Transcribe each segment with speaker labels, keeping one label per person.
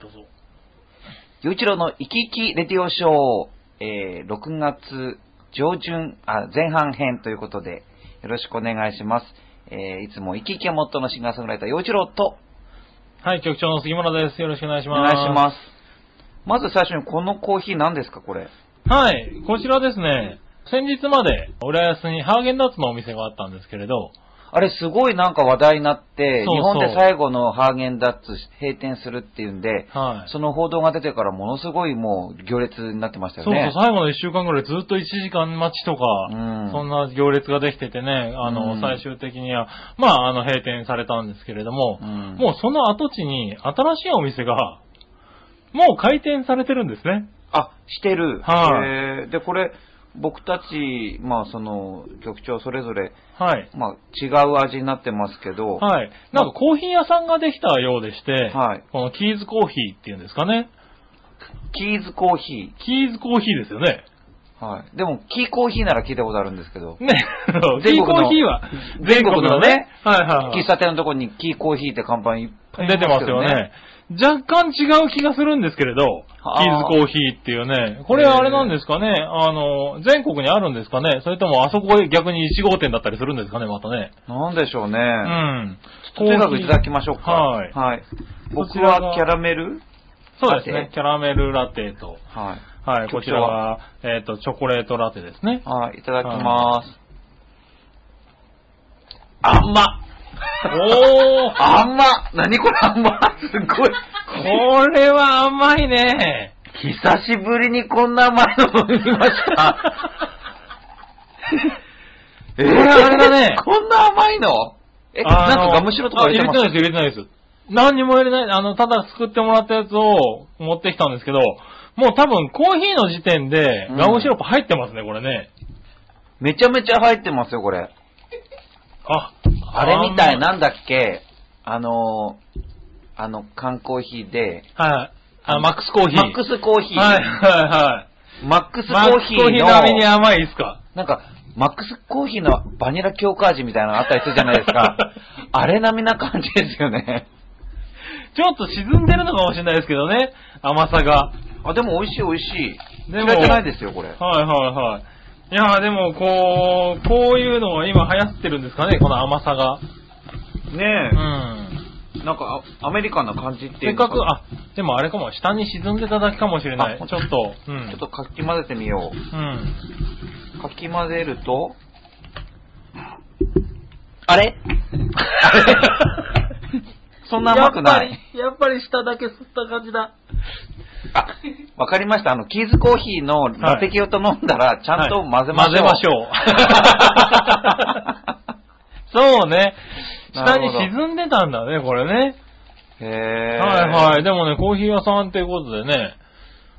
Speaker 1: どうぞ。
Speaker 2: 雄一郎の生き生きレディオショー、えー、6月上旬、あ、前半編ということで、よろしくお願いします。えー、いつも生き生きがモットーのシンガーソングライター、陽一郎と、
Speaker 1: はい、局長の杉村です。よろしくお願いし
Speaker 2: お
Speaker 1: ま
Speaker 2: 願い
Speaker 1: す。
Speaker 2: します。まず最初にこのコーヒー何ですか、これ。
Speaker 1: す。はい、こちらですね、先日まで、浦安にハーゲンダッツのお店があったんですけれど、
Speaker 2: あれすごいなんか話題になって、
Speaker 1: そうそう
Speaker 2: 日本で最後のハーゲンダッツ閉店するっていうんで、
Speaker 1: はい。
Speaker 2: その報道が出てからものすごいもう行列になってましたよ
Speaker 1: そう
Speaker 2: ね。
Speaker 1: そう、最後の一週間ぐらいずっと1時間待ちとか、
Speaker 2: うん
Speaker 1: そんな行列ができててね、あの、
Speaker 2: うん
Speaker 1: 最終的には、まあ、あの、閉店されたんですけれども、
Speaker 2: うん
Speaker 1: もうその跡地に新しいお店が、もう開店されてるんですね。
Speaker 2: あ、してる。
Speaker 1: はい
Speaker 2: へーで、これ、僕たち、まあその、局長それぞれ、
Speaker 1: はい。
Speaker 2: まあ違う味になってますけど、
Speaker 1: はい。なんかコーヒー屋さんができたようでして、
Speaker 2: はい
Speaker 1: このキーズコーヒーっていうんですかね。
Speaker 2: キーズコーヒ
Speaker 1: キーズコーヒーですよね。
Speaker 2: ー。はい。でも、キーコーヒーなら聞いたことあるんですけど、
Speaker 1: ね。キ
Speaker 2: 全
Speaker 1: ー
Speaker 2: 国の
Speaker 1: コーヒーは、
Speaker 2: 全国
Speaker 1: 全国の
Speaker 2: のね
Speaker 1: はいはいはい。
Speaker 2: 喫茶店のところにキーコーヒーって看板いっぱいあ
Speaker 1: 出
Speaker 2: り
Speaker 1: てます
Speaker 2: け
Speaker 1: よ
Speaker 2: ど
Speaker 1: ね。若干違う気がするんですけれど、
Speaker 2: あー
Speaker 1: キーズコーヒーっていうね、これはあれなんですかね、あの、全国にあるんですかね、それともあそこで逆に1号店だったりするんですかね、またね。
Speaker 2: なんでしょうね。
Speaker 1: うん。
Speaker 2: とにかくいただきましょうか。
Speaker 1: はい。
Speaker 2: はい。
Speaker 1: こち
Speaker 2: 僕
Speaker 1: らが
Speaker 2: はキャラメル
Speaker 1: そうです
Speaker 2: ラ
Speaker 1: ね
Speaker 2: テ、
Speaker 1: キャラメルラテと、
Speaker 2: はい。
Speaker 1: はい、こ
Speaker 2: こ
Speaker 1: ち
Speaker 2: ち
Speaker 1: ら
Speaker 2: ら
Speaker 1: は
Speaker 2: は、
Speaker 1: えっ、と、チョコレートラテですね。
Speaker 2: はい、いただきます。あんま
Speaker 1: おー
Speaker 2: あんま何これあんますごい。
Speaker 1: これは甘いね。
Speaker 2: 久しぶりにこんな甘いの飲み ました。え
Speaker 1: これあれだね
Speaker 2: こんな甘いのえ、
Speaker 1: あ
Speaker 2: なん
Speaker 1: の
Speaker 2: かガムシロとか
Speaker 1: あ
Speaker 2: 入
Speaker 1: 入
Speaker 2: れ
Speaker 1: れてな
Speaker 2: てます
Speaker 1: いです、入れてないです。何にも入れない。あの、ただ作ってもらったやつを持ってきたんですけど、もう多分コーヒーの時点で
Speaker 2: うん
Speaker 1: ガムシロップ入ってますね、これね。
Speaker 2: めちゃめちゃ入ってますよ、これ。
Speaker 1: あ、
Speaker 2: あれみたい、
Speaker 1: あ
Speaker 2: なんだっけあのー、あの、缶コーヒーで、
Speaker 1: んはい。あ、マックスコーヒー。
Speaker 2: マックスコーヒー。
Speaker 1: はい、はい、はい。
Speaker 2: マックスコ
Speaker 1: マッ
Speaker 2: ー
Speaker 1: クス
Speaker 2: ヒ
Speaker 1: コー
Speaker 2: ー
Speaker 1: ヒー
Speaker 2: の、
Speaker 1: 並みに甘いですか。
Speaker 2: なんか、マックスコーヒーのバニラ強化味みたいなのあったりするじゃないです か。あれ並みな感じですよね。
Speaker 1: ちょっと沈んでるのかもしれないですけどね、甘さが。
Speaker 2: あ、でも美味しい美味しい。
Speaker 1: で
Speaker 2: 嫌
Speaker 1: も
Speaker 2: いじゃないですよ、これ。
Speaker 1: はいはいはい。いやーでも、こう、こういうのが今流行ってるんですかね、この甘さが。
Speaker 2: ね
Speaker 1: うん。
Speaker 2: え、なんかあアメリカンな感じってい
Speaker 1: せっ
Speaker 2: うの
Speaker 1: か
Speaker 2: か
Speaker 1: く、あ、でもあれかも、下に沈んでただけかもしれない。
Speaker 2: あ
Speaker 1: ちょっと、うん。
Speaker 2: ちょっとかき混ぜてみ よ
Speaker 1: うん。
Speaker 2: う。かき混ぜると、あ れそんな甘くない。
Speaker 1: やっぱり。やっぱり下だけ吸った感じだ。
Speaker 2: あ、わかりました。あの、キーズコーヒーのラテキオと飲んだら、ちゃんと混ぜましょう。
Speaker 1: 混ぜましょう。そうね。下に沈んでたんだね、これね。
Speaker 2: へえ。。
Speaker 1: はいはいい。でもね、コーヒー屋さんっていうことでね、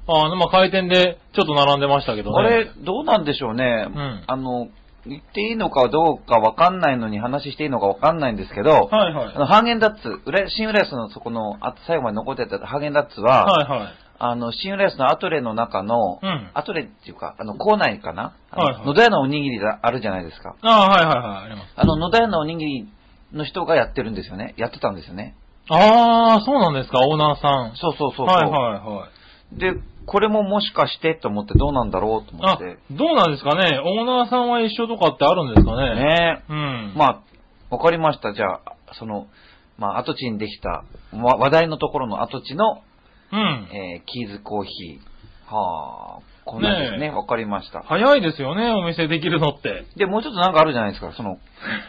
Speaker 1: あの、まあ、開店でちょっと並んでましたけどね。
Speaker 2: あれ、どうなんでしょうね。
Speaker 1: ん
Speaker 2: あの、言っていいのかどうかわかんないのに話していいのかわかんないんですけど、
Speaker 1: はいはい。
Speaker 2: あの、ハーゲンダッツ、浦新浦安のそこの、あ最後まで残ってたハーゲンダッツは、
Speaker 1: はいはい。
Speaker 2: あの、新浦安のアトレの中の、
Speaker 1: うん
Speaker 2: アトレっていうか、あの、構内かな、あの
Speaker 1: はいはい
Speaker 2: 野田屋のおにぎりがあるじゃないですか。
Speaker 1: ああ、はいはいはい、あります。
Speaker 2: あの、野田屋のおにぎりの人がやってるんですよね。やってたんですよね。
Speaker 1: ああ、そうなんですか、オーナーさん。
Speaker 2: そうそうそうそう。
Speaker 1: はいはいはい。
Speaker 2: で、これももしかしてと思ってどうなんだろうと思
Speaker 1: あ
Speaker 2: って。ね、
Speaker 1: どうなんですかねオーナーさんは一緒とかってあるんですかねうん。
Speaker 2: まあ、わかりました。じゃあ、その、まあ、跡地にできた、わ話題のところの跡地の、
Speaker 1: うん。
Speaker 2: えーキーズコーヒー。はあ、こんなんです
Speaker 1: ねえ
Speaker 2: ね。わ、かりました。
Speaker 1: 早いですよね、お店できるのって。
Speaker 2: で、もうちょっとなんかあるじゃないですか。その、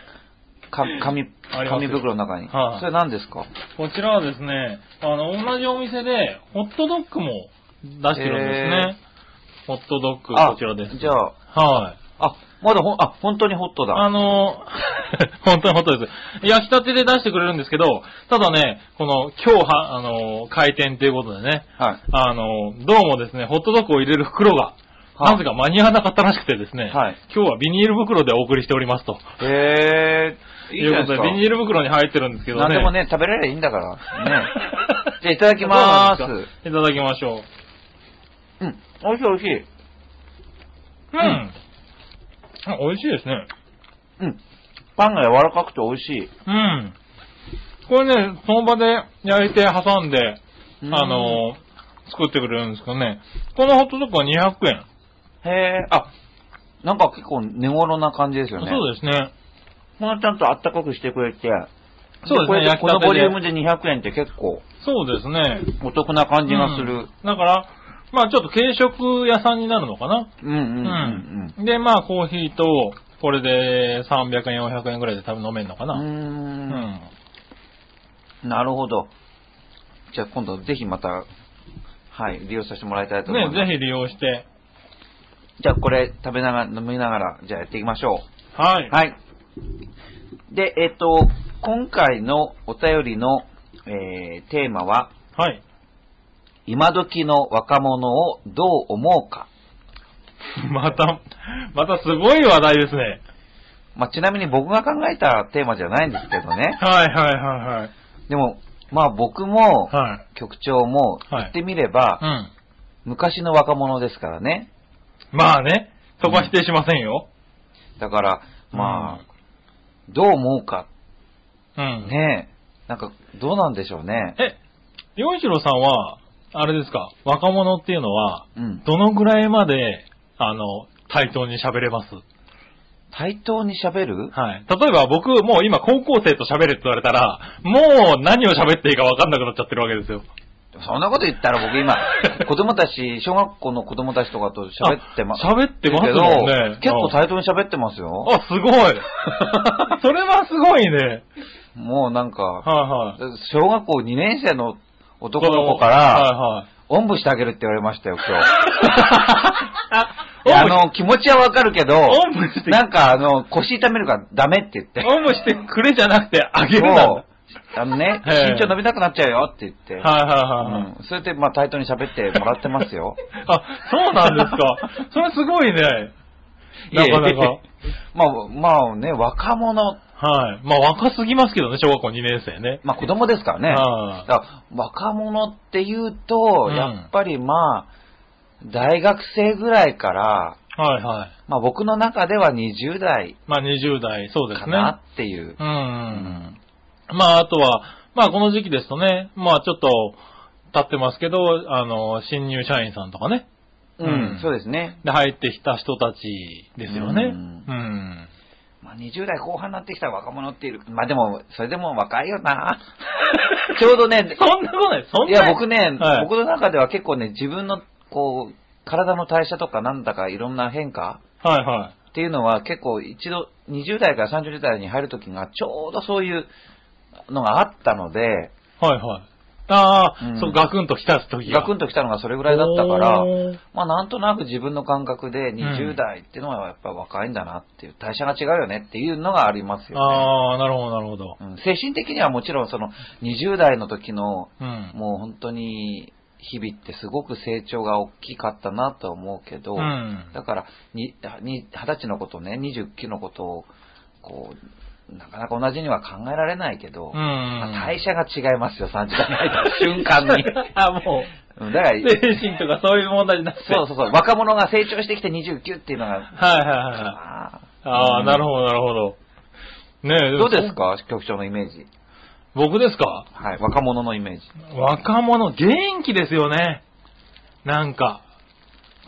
Speaker 2: か紙、
Speaker 1: あります
Speaker 2: 紙袋の中に。
Speaker 1: はい
Speaker 2: それ何ですか
Speaker 1: こちらはですね、あの、同じお店で、ホットドッグも出してるんですね。ホットドッグ、こちらです。
Speaker 2: じゃあ、
Speaker 1: はい。
Speaker 2: あ、まだほん、あ、本当にホットだ。
Speaker 1: あの、 本当に本当です。焼きたてで出してくれるんですけど、ただね、この、今日は、あの、開店ということでね、
Speaker 2: は
Speaker 1: あの、どうもですね、ホットドッグを入れる袋が、
Speaker 2: はい
Speaker 1: なぜか間に合わなかったらしくてですね、
Speaker 2: はい
Speaker 1: 今日はビニール袋でお送りしておりますと。
Speaker 2: い。へえ、いいじゃない
Speaker 1: と
Speaker 2: で
Speaker 1: いうこと
Speaker 2: すか。
Speaker 1: で、ビニール袋に入ってるんですけどね。
Speaker 2: 何でもね、食べられりゃいいんだから。ね。 じゃあ、いた
Speaker 1: い
Speaker 2: だきまーす。
Speaker 1: いただきましょう。
Speaker 2: うん。美味しい美味しい。
Speaker 1: うん。あ美味しいですね。
Speaker 2: うん。パンが柔らかくて美味しい。
Speaker 1: うん。これね、その場で焼いて挟んで、
Speaker 2: うん
Speaker 1: あの、作ってくれるんですけどね。このホットドッグは200円。
Speaker 2: へえ、あ、なんか結構寝頃な感じですよね。
Speaker 1: そうですね。
Speaker 2: まあちゃんとあったかくしてくれて、
Speaker 1: そうですね焼きた
Speaker 2: これこの
Speaker 1: てで
Speaker 2: ボリュームで200円って結構
Speaker 1: そうですね。
Speaker 2: お得な感じがする。
Speaker 1: うんだから、まあちょっと軽食屋さんになるのかな。
Speaker 2: うん、うん、
Speaker 1: う
Speaker 2: うんうん。
Speaker 1: で、まあコーヒーと、これで300円、400円ぐらいで多分飲めるのか
Speaker 2: う。
Speaker 1: な。うん
Speaker 2: なるほど。じゃあ今度ぜひまた、はい、利用させてもらいたいと思います。
Speaker 1: ね、ぜひ利用して。
Speaker 2: じゃあこれ食べながら、飲みながら、じゃあやっていきましょ
Speaker 1: はい。
Speaker 2: う。はい。で、えっ、と、今回のお便りの、えーテーマは、
Speaker 1: はい。
Speaker 2: 今時の若者をどう思うか。
Speaker 1: また、またすごい話題ですね。
Speaker 2: まあ、ちなみに僕が考えたテーマじゃないんですけどね。
Speaker 1: はいはいはいはい。
Speaker 2: でも、まあ僕も、
Speaker 1: はい。
Speaker 2: 局長も、
Speaker 1: はい
Speaker 2: 言ってみれば、
Speaker 1: うん。
Speaker 2: 昔の若者ですからね。
Speaker 1: まあね、そこは否定しませんよ。
Speaker 2: だから、まあ、どう思うか。
Speaker 1: うん。
Speaker 2: ねなんか、どうなんでしょうね。
Speaker 1: え、洋一郎さんは、あれですか、若者っていうのは、
Speaker 2: うん。
Speaker 1: どのぐらいまで、あの、対等に喋れます
Speaker 2: 対等に喋る
Speaker 1: はい。例えば僕、もう今高校生と喋れって言われたら、もう何を喋っていいか分かんなくなっちゃってるわけですよ。
Speaker 2: そんなこと言ったら僕 今、子供たち、小学校の子供たちとかと喋ってます。
Speaker 1: あ喋ってます
Speaker 2: けど
Speaker 1: もんね。
Speaker 2: 結構
Speaker 1: 対
Speaker 2: 対等に喋ってますよ。
Speaker 1: あ、すごい。 それはすごいね。
Speaker 2: もうなんか、
Speaker 1: はいはい。
Speaker 2: 小学校2年生の男の子から、
Speaker 1: はいはい。
Speaker 2: おんぶしてあげるって言われましたよ、 今
Speaker 1: あ
Speaker 2: 日いや。あの、気持ちはわかるけど、
Speaker 1: おんぶして
Speaker 2: なんかあの、腰痛めるからダメって言って。
Speaker 1: おんぶしてくれじゃなくて、あげるなんだ。
Speaker 2: もうあ のね、
Speaker 1: へえ
Speaker 2: 身長伸びなくなっちゃうよって言って。
Speaker 1: はいは
Speaker 2: う
Speaker 1: いはいはい。
Speaker 2: ん、それで、まあ、対等に喋ってもらってますよ。
Speaker 1: あ、そうなんですか。それすごいね。 なか
Speaker 2: いえ
Speaker 1: ない
Speaker 2: え
Speaker 1: か。
Speaker 2: まあ、まあね、若者、
Speaker 1: はい。まあ若すぎますけどね、小学校2年生ね。
Speaker 2: まあ子供ですからね。
Speaker 1: は
Speaker 2: だから若者って言うと、
Speaker 1: うん
Speaker 2: やっぱりまあ、大学生ぐらいから、
Speaker 1: い。はいはい。
Speaker 2: まあ僕の中では20代
Speaker 1: まあ20代、そうです
Speaker 2: か
Speaker 1: ね。
Speaker 2: なっていう。
Speaker 1: うん
Speaker 2: う
Speaker 1: うん。
Speaker 2: ん
Speaker 1: まああとは、まあこの時期ですとね、まあちょっと、経ってますけど、あの、新入社員さんとかね。
Speaker 2: うん
Speaker 1: うん
Speaker 2: そうですね。
Speaker 1: で、入ってきた人たちですよね。
Speaker 2: う
Speaker 1: うんん。
Speaker 2: まあ、20代後半になってきた若者っている。まあでも、それでも若いよな。 ちょうどね、
Speaker 1: そんなことない、そんな。
Speaker 2: いや僕ね、
Speaker 1: はい
Speaker 2: 僕の中では結構ね、自分のこう、体の代謝とかなんだかいろんな変化
Speaker 1: はいは
Speaker 2: っていうのは結構一度、20代から30代に入るときがちょうどそういうのがあったので、
Speaker 1: い。はいはい。ああ、
Speaker 2: うん
Speaker 1: そう、ガクンと来た時が。
Speaker 2: ガクンと来たのがそれぐ
Speaker 1: ぐ
Speaker 2: らいだったから、
Speaker 1: はい
Speaker 2: まあなんとなく自分の感覚で
Speaker 1: う
Speaker 2: 20
Speaker 1: ん
Speaker 2: 代っていうのはやっぱ若いんだなっていう、代謝が違うよねっていうのがありますよね。
Speaker 1: ああ、なるほど、なるほど。
Speaker 2: うん精神的にはもちろんその20代の時の
Speaker 1: うん。
Speaker 2: もう本当に日々ってすごく成長が大きかったなとは思うけ
Speaker 1: う
Speaker 2: ど、
Speaker 1: ん
Speaker 2: だからにに20歳のことね29のことをこうなかなか同じには考えられないけど、まあ代
Speaker 1: う
Speaker 2: 謝が違いますよ30代に入った瞬間 に
Speaker 1: ん。あ、も
Speaker 2: うんだから
Speaker 1: う、精神とかそういう問題になって。
Speaker 2: そうそうそう若者が成長してきて29っていうのが
Speaker 1: はいはいはい。
Speaker 2: あ
Speaker 1: ああ、なる
Speaker 2: ど
Speaker 1: ほど、なるほど。ねえ、
Speaker 2: どうです
Speaker 1: か
Speaker 2: か局長のイメージ
Speaker 1: 僕ですか
Speaker 2: はい若者のイメージ
Speaker 1: 若者、元気ですよね。なんか、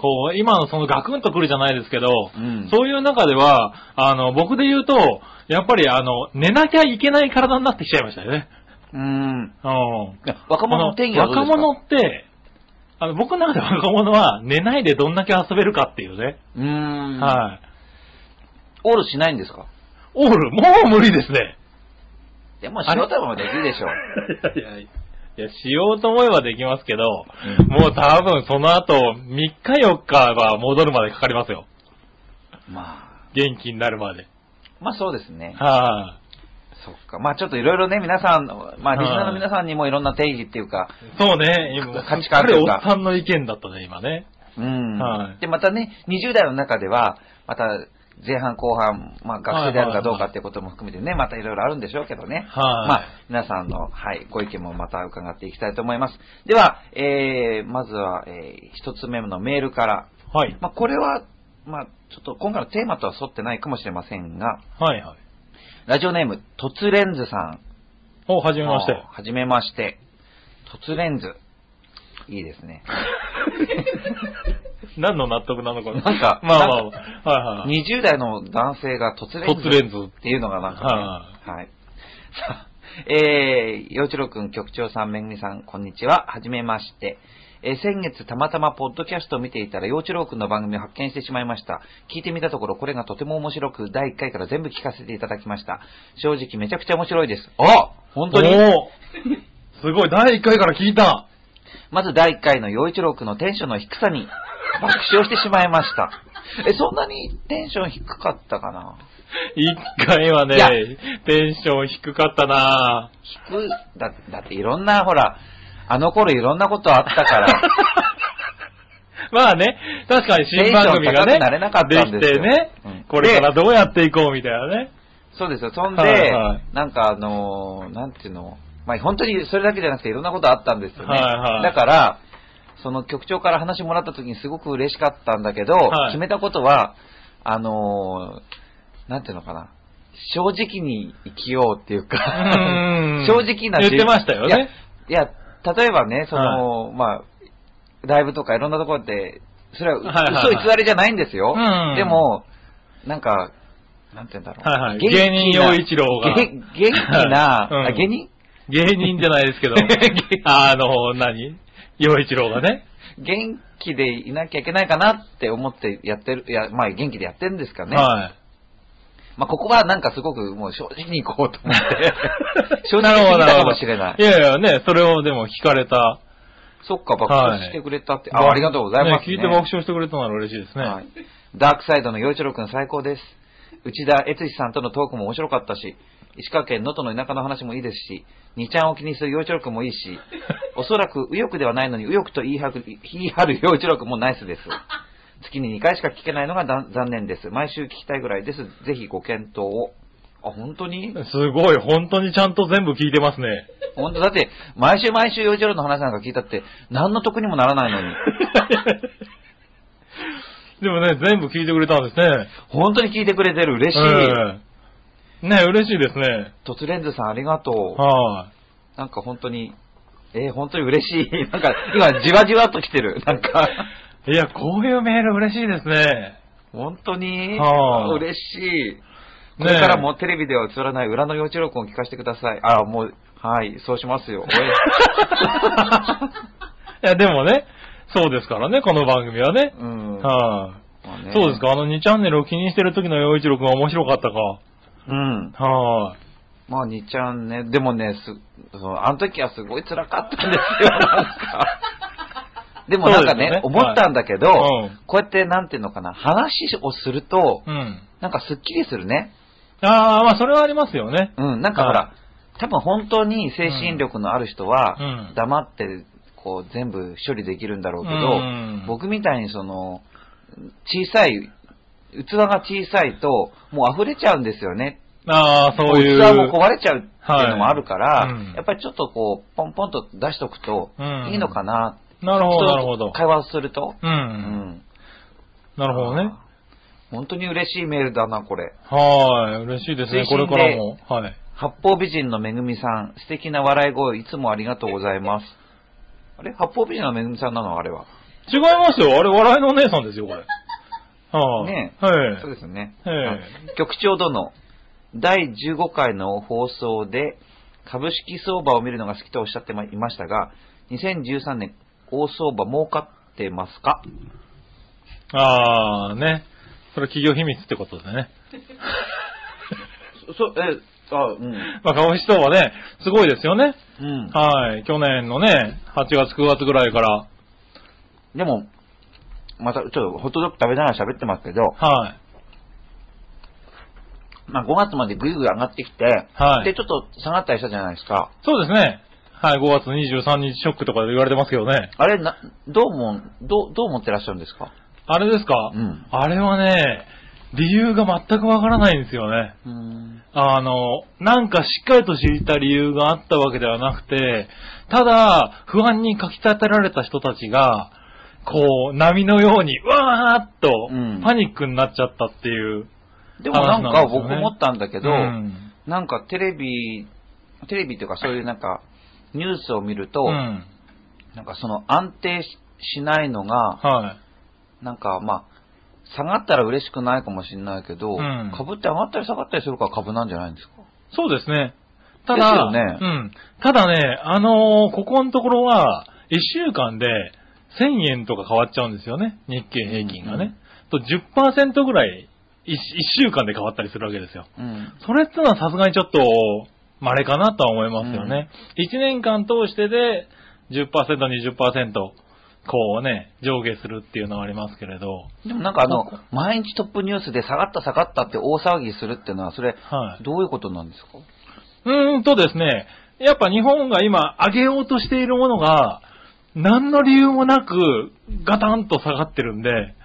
Speaker 1: こう、今のそのガクンとくるじゃないですけど、
Speaker 2: うん
Speaker 1: そういう中では、あの、僕で言うと、やっぱりあの、寝なきゃいけない体になってきちゃいましたよね。
Speaker 2: うん
Speaker 1: うん。
Speaker 2: いや若者の定義はどうですか
Speaker 1: 若者って、あの、僕の中で若者は 寝ないでどんだけ遊べるかっていうね。
Speaker 2: うーん。
Speaker 1: はい。
Speaker 2: オールしないんですか
Speaker 1: オール、もう無理ですね。
Speaker 2: いや、もう素人でもできるでしょ う。
Speaker 1: いやいやいや、しようと思えばできますけど、もう多分その後、3日4日は戻るまでかかりますよ。
Speaker 2: まあ、
Speaker 1: 元気になるまで。
Speaker 2: まあそうですね。
Speaker 1: は
Speaker 2: そっか。まあちょっといろいろね、皆さん、まあリスナーの皆さんにもいろんな定義っていうか、
Speaker 1: い。そうね、今、
Speaker 2: 価値観という
Speaker 1: これ
Speaker 2: か
Speaker 1: おっさんの意見だったね、今ね。
Speaker 2: うん。
Speaker 1: はい
Speaker 2: で、またね、20代の中では、また前半後半、まあ学生であるかどうかっていうことも含めてね、またいろいろあるんでしょうけどね。
Speaker 1: はい
Speaker 2: まあ皆さんの、はい、ご意見もまた伺っていきたいと思います。では、えー、まずは、えー、一つ目のメールから。
Speaker 1: はい。
Speaker 2: まあこれは、まあちょっと今回のテーマとは沿ってないかもしれませんが、
Speaker 1: はいはい。
Speaker 2: ラジオネーム、トツレンズさん。は
Speaker 1: お、はじめまして。
Speaker 2: はじめまして。トツレンズ。いいです ね。
Speaker 1: 何の納得なのか
Speaker 2: なんか
Speaker 1: まあま
Speaker 2: なん
Speaker 1: あ、はいはい。
Speaker 2: 20代の男性が突然
Speaker 1: 突然図。
Speaker 2: っていうのがなんか、ね、はい。さあ、えー、洋一郎くん、局長さん、めぐみさん、こんにちは。はじめまして。えー先月たまたまポッドキャストを見ていたら、洋一郎くんの番組を発見してしまいました。聞いてみたところ、これがとても面白く、第1回から全部聞かせていただきました。正直めちゃくちゃ面白いです。あ本当に
Speaker 1: おーすごい、第1回から聞い た。
Speaker 2: まず第1回の陽一郎君のテンションの低さに爆笑してしまいました。え、そんなにテンション低かったかな
Speaker 1: 1回はい
Speaker 2: や
Speaker 1: ね、テンション低かったなぁ。
Speaker 2: 低いだ、だっていろんな、ほら、あの頃いろんなことあったから、
Speaker 1: まあね、確かに新番組がね
Speaker 2: テンション高くなれなかっ、たん
Speaker 1: で
Speaker 2: で
Speaker 1: き
Speaker 2: す
Speaker 1: て
Speaker 2: よ
Speaker 1: ね
Speaker 2: うん、
Speaker 1: これからどうやっていこうみたいなね。
Speaker 2: そうですよ。そんで、
Speaker 1: はいはい
Speaker 2: なんかあのーなんていうの、まあ本当にそれだけじゃなくていろんなことあったんですよね。
Speaker 1: はいはい
Speaker 2: だから、その局長から話もらった時にすごく嬉しかったんだけど、
Speaker 1: はい
Speaker 2: 決めたことは、あのーなんていうのかな、正直に生きようっていうか
Speaker 1: うん、
Speaker 2: 正直な自
Speaker 1: 言ってましたよね。
Speaker 2: いや、いや例えばね、その、まあ、ライブとかいろんなところで、それは
Speaker 1: はいはい
Speaker 2: 嘘偽りじゃないんですよ。
Speaker 1: うん
Speaker 2: でも、なんか、なんて言うんだろう。
Speaker 1: はいはい
Speaker 2: 元気な
Speaker 1: 芸人陽一郎が
Speaker 2: げ元気な、
Speaker 1: うん
Speaker 2: あ芸人
Speaker 1: 芸人じゃないです けど、あの、何洋一郎がね。
Speaker 2: 元気でいなきゃいけないかなって思ってやってる、いや、まあ元気でやってるんですかね。
Speaker 1: はい。
Speaker 2: まあここはなんかすごくもう正直に行こうと 思って。 正
Speaker 1: なる
Speaker 2: 直
Speaker 1: ほどなる
Speaker 2: になた
Speaker 1: ほ
Speaker 2: か
Speaker 1: ど
Speaker 2: もしれない。
Speaker 1: いやいやね、それをでも聞かれた。
Speaker 2: そっか、爆笑してくれたって。あありがとうございます、
Speaker 1: ね聞いて爆笑してくれたなら嬉しいですね。
Speaker 2: はい。ダークサイドの洋一郎くん最高です。内田悦司さんとのトークも面白かったし、石川県能登の田舎の話もいいですし、二ちゃんを気にする洋一郎くんもいいし、おそらく右翼ではないのに右翼と言いはく言い張る洋一郎くんもナイスです。月に2回しか聞けないのがだ残念です。毎週聞きたいぐらいです。ぜひご検討を。あ、本当に
Speaker 1: すごい、本当にちゃんと全部聞いてますね。
Speaker 2: 本当だって、毎週毎週洋一郎の話なんか聞いたって、何の得にもならないのに。
Speaker 1: でもね、全部聞いてくれたんですね。
Speaker 2: 本当に聞いてくれてる。嬉しい。
Speaker 1: ええね、嬉しいですね。
Speaker 2: 突然ずさんありがとう。
Speaker 1: はい。
Speaker 2: なんか本当に、えー本当に嬉しい。 なんか、今、じわじわっと来て る。なんか、
Speaker 1: いや、こういうメール嬉しいですね。
Speaker 2: 本当に、
Speaker 1: はあ
Speaker 2: 嬉しい。これからもテレビでは映らない裏の幼稚録音を聞かせてください。ああ、もう、はい、そうしますよ。おい
Speaker 1: いや、でもね、そうですからね、この番組はね。
Speaker 2: うん
Speaker 1: はい、
Speaker 2: まあね
Speaker 1: そうですか、あの2チャンネルを気にしてる時の洋一郎くんは面白かったか。
Speaker 2: うん。
Speaker 1: はい、
Speaker 2: まあ、2ちゃんね、でもね、す、その、あの時はすごい辛かったんですよ、 なんか。でもなん
Speaker 1: そ
Speaker 2: かね、
Speaker 1: うですよね
Speaker 2: 思ったんだけど、
Speaker 1: はいうん
Speaker 2: こうやって、なんていうのかな、話をすると、
Speaker 1: うん。
Speaker 2: なんかスッキリするね。
Speaker 1: ああ、まあそれはありますよね。
Speaker 2: うん、なんかほ
Speaker 1: は
Speaker 2: ら、多分本当に精神力のある人は
Speaker 1: うん、
Speaker 2: 黙って、こう、全部処理できるんだろうけど、
Speaker 1: うん
Speaker 2: 僕みたいにその、小さい、器が小さいと、もう溢れちゃうんですよね。
Speaker 1: ああ、そういう。
Speaker 2: 器も壊れちゃうっていうのもあるから、
Speaker 1: はいうん
Speaker 2: やっぱりちょっとこう、ポンポンと出しとくと
Speaker 1: うん、
Speaker 2: いいのかな、
Speaker 1: なるほど、なるほ
Speaker 2: 人
Speaker 1: ど
Speaker 2: と。会話すると。
Speaker 1: う。
Speaker 2: うんん
Speaker 1: なるほどね。
Speaker 2: 本当に嬉しいメールだな、これ。
Speaker 1: はい。嬉しいですね、
Speaker 2: 推
Speaker 1: こ
Speaker 2: 進
Speaker 1: れ
Speaker 2: で
Speaker 1: からも。はい。
Speaker 2: 八方美人のめぐみさん、素敵な笑い声、いつもありがとうございます。あれ八方美人のめぐみさんなのあれは。
Speaker 1: 違いますよ。あれ、笑いのお姉さんですよ、これ。はい、
Speaker 2: ねえ
Speaker 1: はい。
Speaker 2: そうですよね。
Speaker 1: ええ
Speaker 2: はい局長殿、第15回の放送で、株式相場を見るのが好きとおっしゃってまいましたが、2013年、大相場儲かってますか
Speaker 1: ああ、ね。それ企業秘密ってことでね。
Speaker 2: そ、そえ、あ、うん。
Speaker 1: まあ、株式相場ね、すごいですよね。
Speaker 2: うん。
Speaker 1: はい。去年のね、8月、9月ぐらいから。
Speaker 2: でも、また、ちょっとホットドッグ食べながら喋ってますけど、
Speaker 1: はい。
Speaker 2: まあ5月までぐいぐい上がってきて、
Speaker 1: はい
Speaker 2: で、ちょっと下がったりしたじゃないですか。
Speaker 1: そうですね。はい、5月23日ショックとかで言われてますけどね。
Speaker 2: あれ、な、どうも、どう、どう思ってらっしゃるんですか
Speaker 1: あれですか、
Speaker 2: うん
Speaker 1: あれはね、理由が全くわからないんですよね。
Speaker 2: うーん。
Speaker 1: あの、なんかしっかりと知った理由があったわけではなくて、ただ、不安にかき立てられた人たちが、こう、波のように、わーっと
Speaker 2: うん、
Speaker 1: パニックになっちゃったっていう。
Speaker 2: でもな
Speaker 1: 話
Speaker 2: ん
Speaker 1: なん
Speaker 2: か
Speaker 1: ですよね
Speaker 2: 僕思ったんだけど、
Speaker 1: うん
Speaker 2: なんかテレビ、テレビというかそういうなんか、ニュースを見ると、
Speaker 1: うん
Speaker 2: なんかその安定ししないのが、
Speaker 1: はい。
Speaker 2: なんかまあ、下がったら嬉しくないかもしれないけど、
Speaker 1: うん
Speaker 2: 株って上がったり下がったりするから株なんじゃないんですか
Speaker 1: そうですね。た
Speaker 2: です
Speaker 1: だ、
Speaker 2: よね
Speaker 1: うん。ただね、あのーここのところは、1週間で1000円とか変わっちゃうんですよね。日経平均がね。と10%ぐらい1、週間で変わったりするわけですよ。
Speaker 2: うん。
Speaker 1: それってのはさすがにちょっと、稀かなとは思いますよね。1年間通してで10%、20%、こうね、上下するっていうのはありますけれど。
Speaker 2: でもなんかあ
Speaker 1: そ
Speaker 2: の、毎日トップニュースで下がった下がったって大騒ぎするってのは、それ、
Speaker 1: はい。
Speaker 2: どういうことなんですか
Speaker 1: うーんとですね、やっぱ日本が今上げようとしているものが、何の理由もなくガタンと下がってるんで、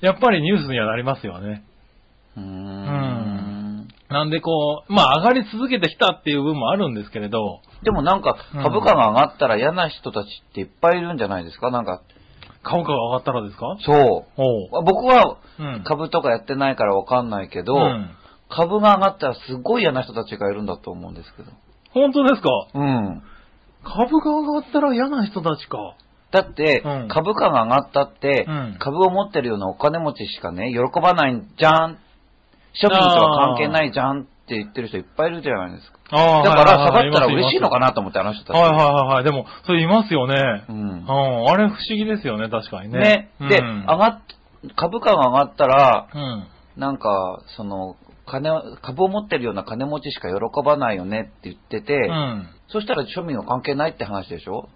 Speaker 1: やっぱりニュースにはなりますよね。
Speaker 2: うー
Speaker 1: ん
Speaker 2: ん。
Speaker 1: なんでこう、まあ上がり続けてきたっていう部分もあるんですけれど、
Speaker 2: でもなんか、
Speaker 1: うん
Speaker 2: 株価が上がったら嫌な人たちっていっぱいいるんじゃないですかなんか、
Speaker 1: 株価が上がったらですか
Speaker 2: そう。
Speaker 1: おう。
Speaker 2: 僕は
Speaker 1: うん
Speaker 2: 株とかやってないからわかんないけど、
Speaker 1: うん
Speaker 2: 株が上がったらすごい嫌な人たちがいるんだと思うんですけど。
Speaker 1: 本当ですか
Speaker 2: うん。
Speaker 1: 株が上がったら嫌な人たちか。
Speaker 2: だって、
Speaker 1: うん
Speaker 2: 株価が上がったって、
Speaker 1: うん
Speaker 2: 株を持ってるようなお金持ちしかね、喜ばないんじゃん。庶民とは関係ないじゃんって言ってる人いっぱいいるじゃないですか。
Speaker 1: あ
Speaker 2: だ
Speaker 1: あ
Speaker 2: から下がったら嬉しいのかなと思って、あの人たち。
Speaker 1: はいはいはいはい。でも、それいますよね。
Speaker 2: う
Speaker 1: うんん。あれ不思議ですよね、確かにね。
Speaker 2: ね。で、
Speaker 1: うん
Speaker 2: 上がっ、株価が上がったら、
Speaker 1: うん。
Speaker 2: なんか、その、金を、株を持ってるような金持ちしか喜ばないよねって言ってて、
Speaker 1: うん。
Speaker 2: そしたら庶民は関係ないって話でしょ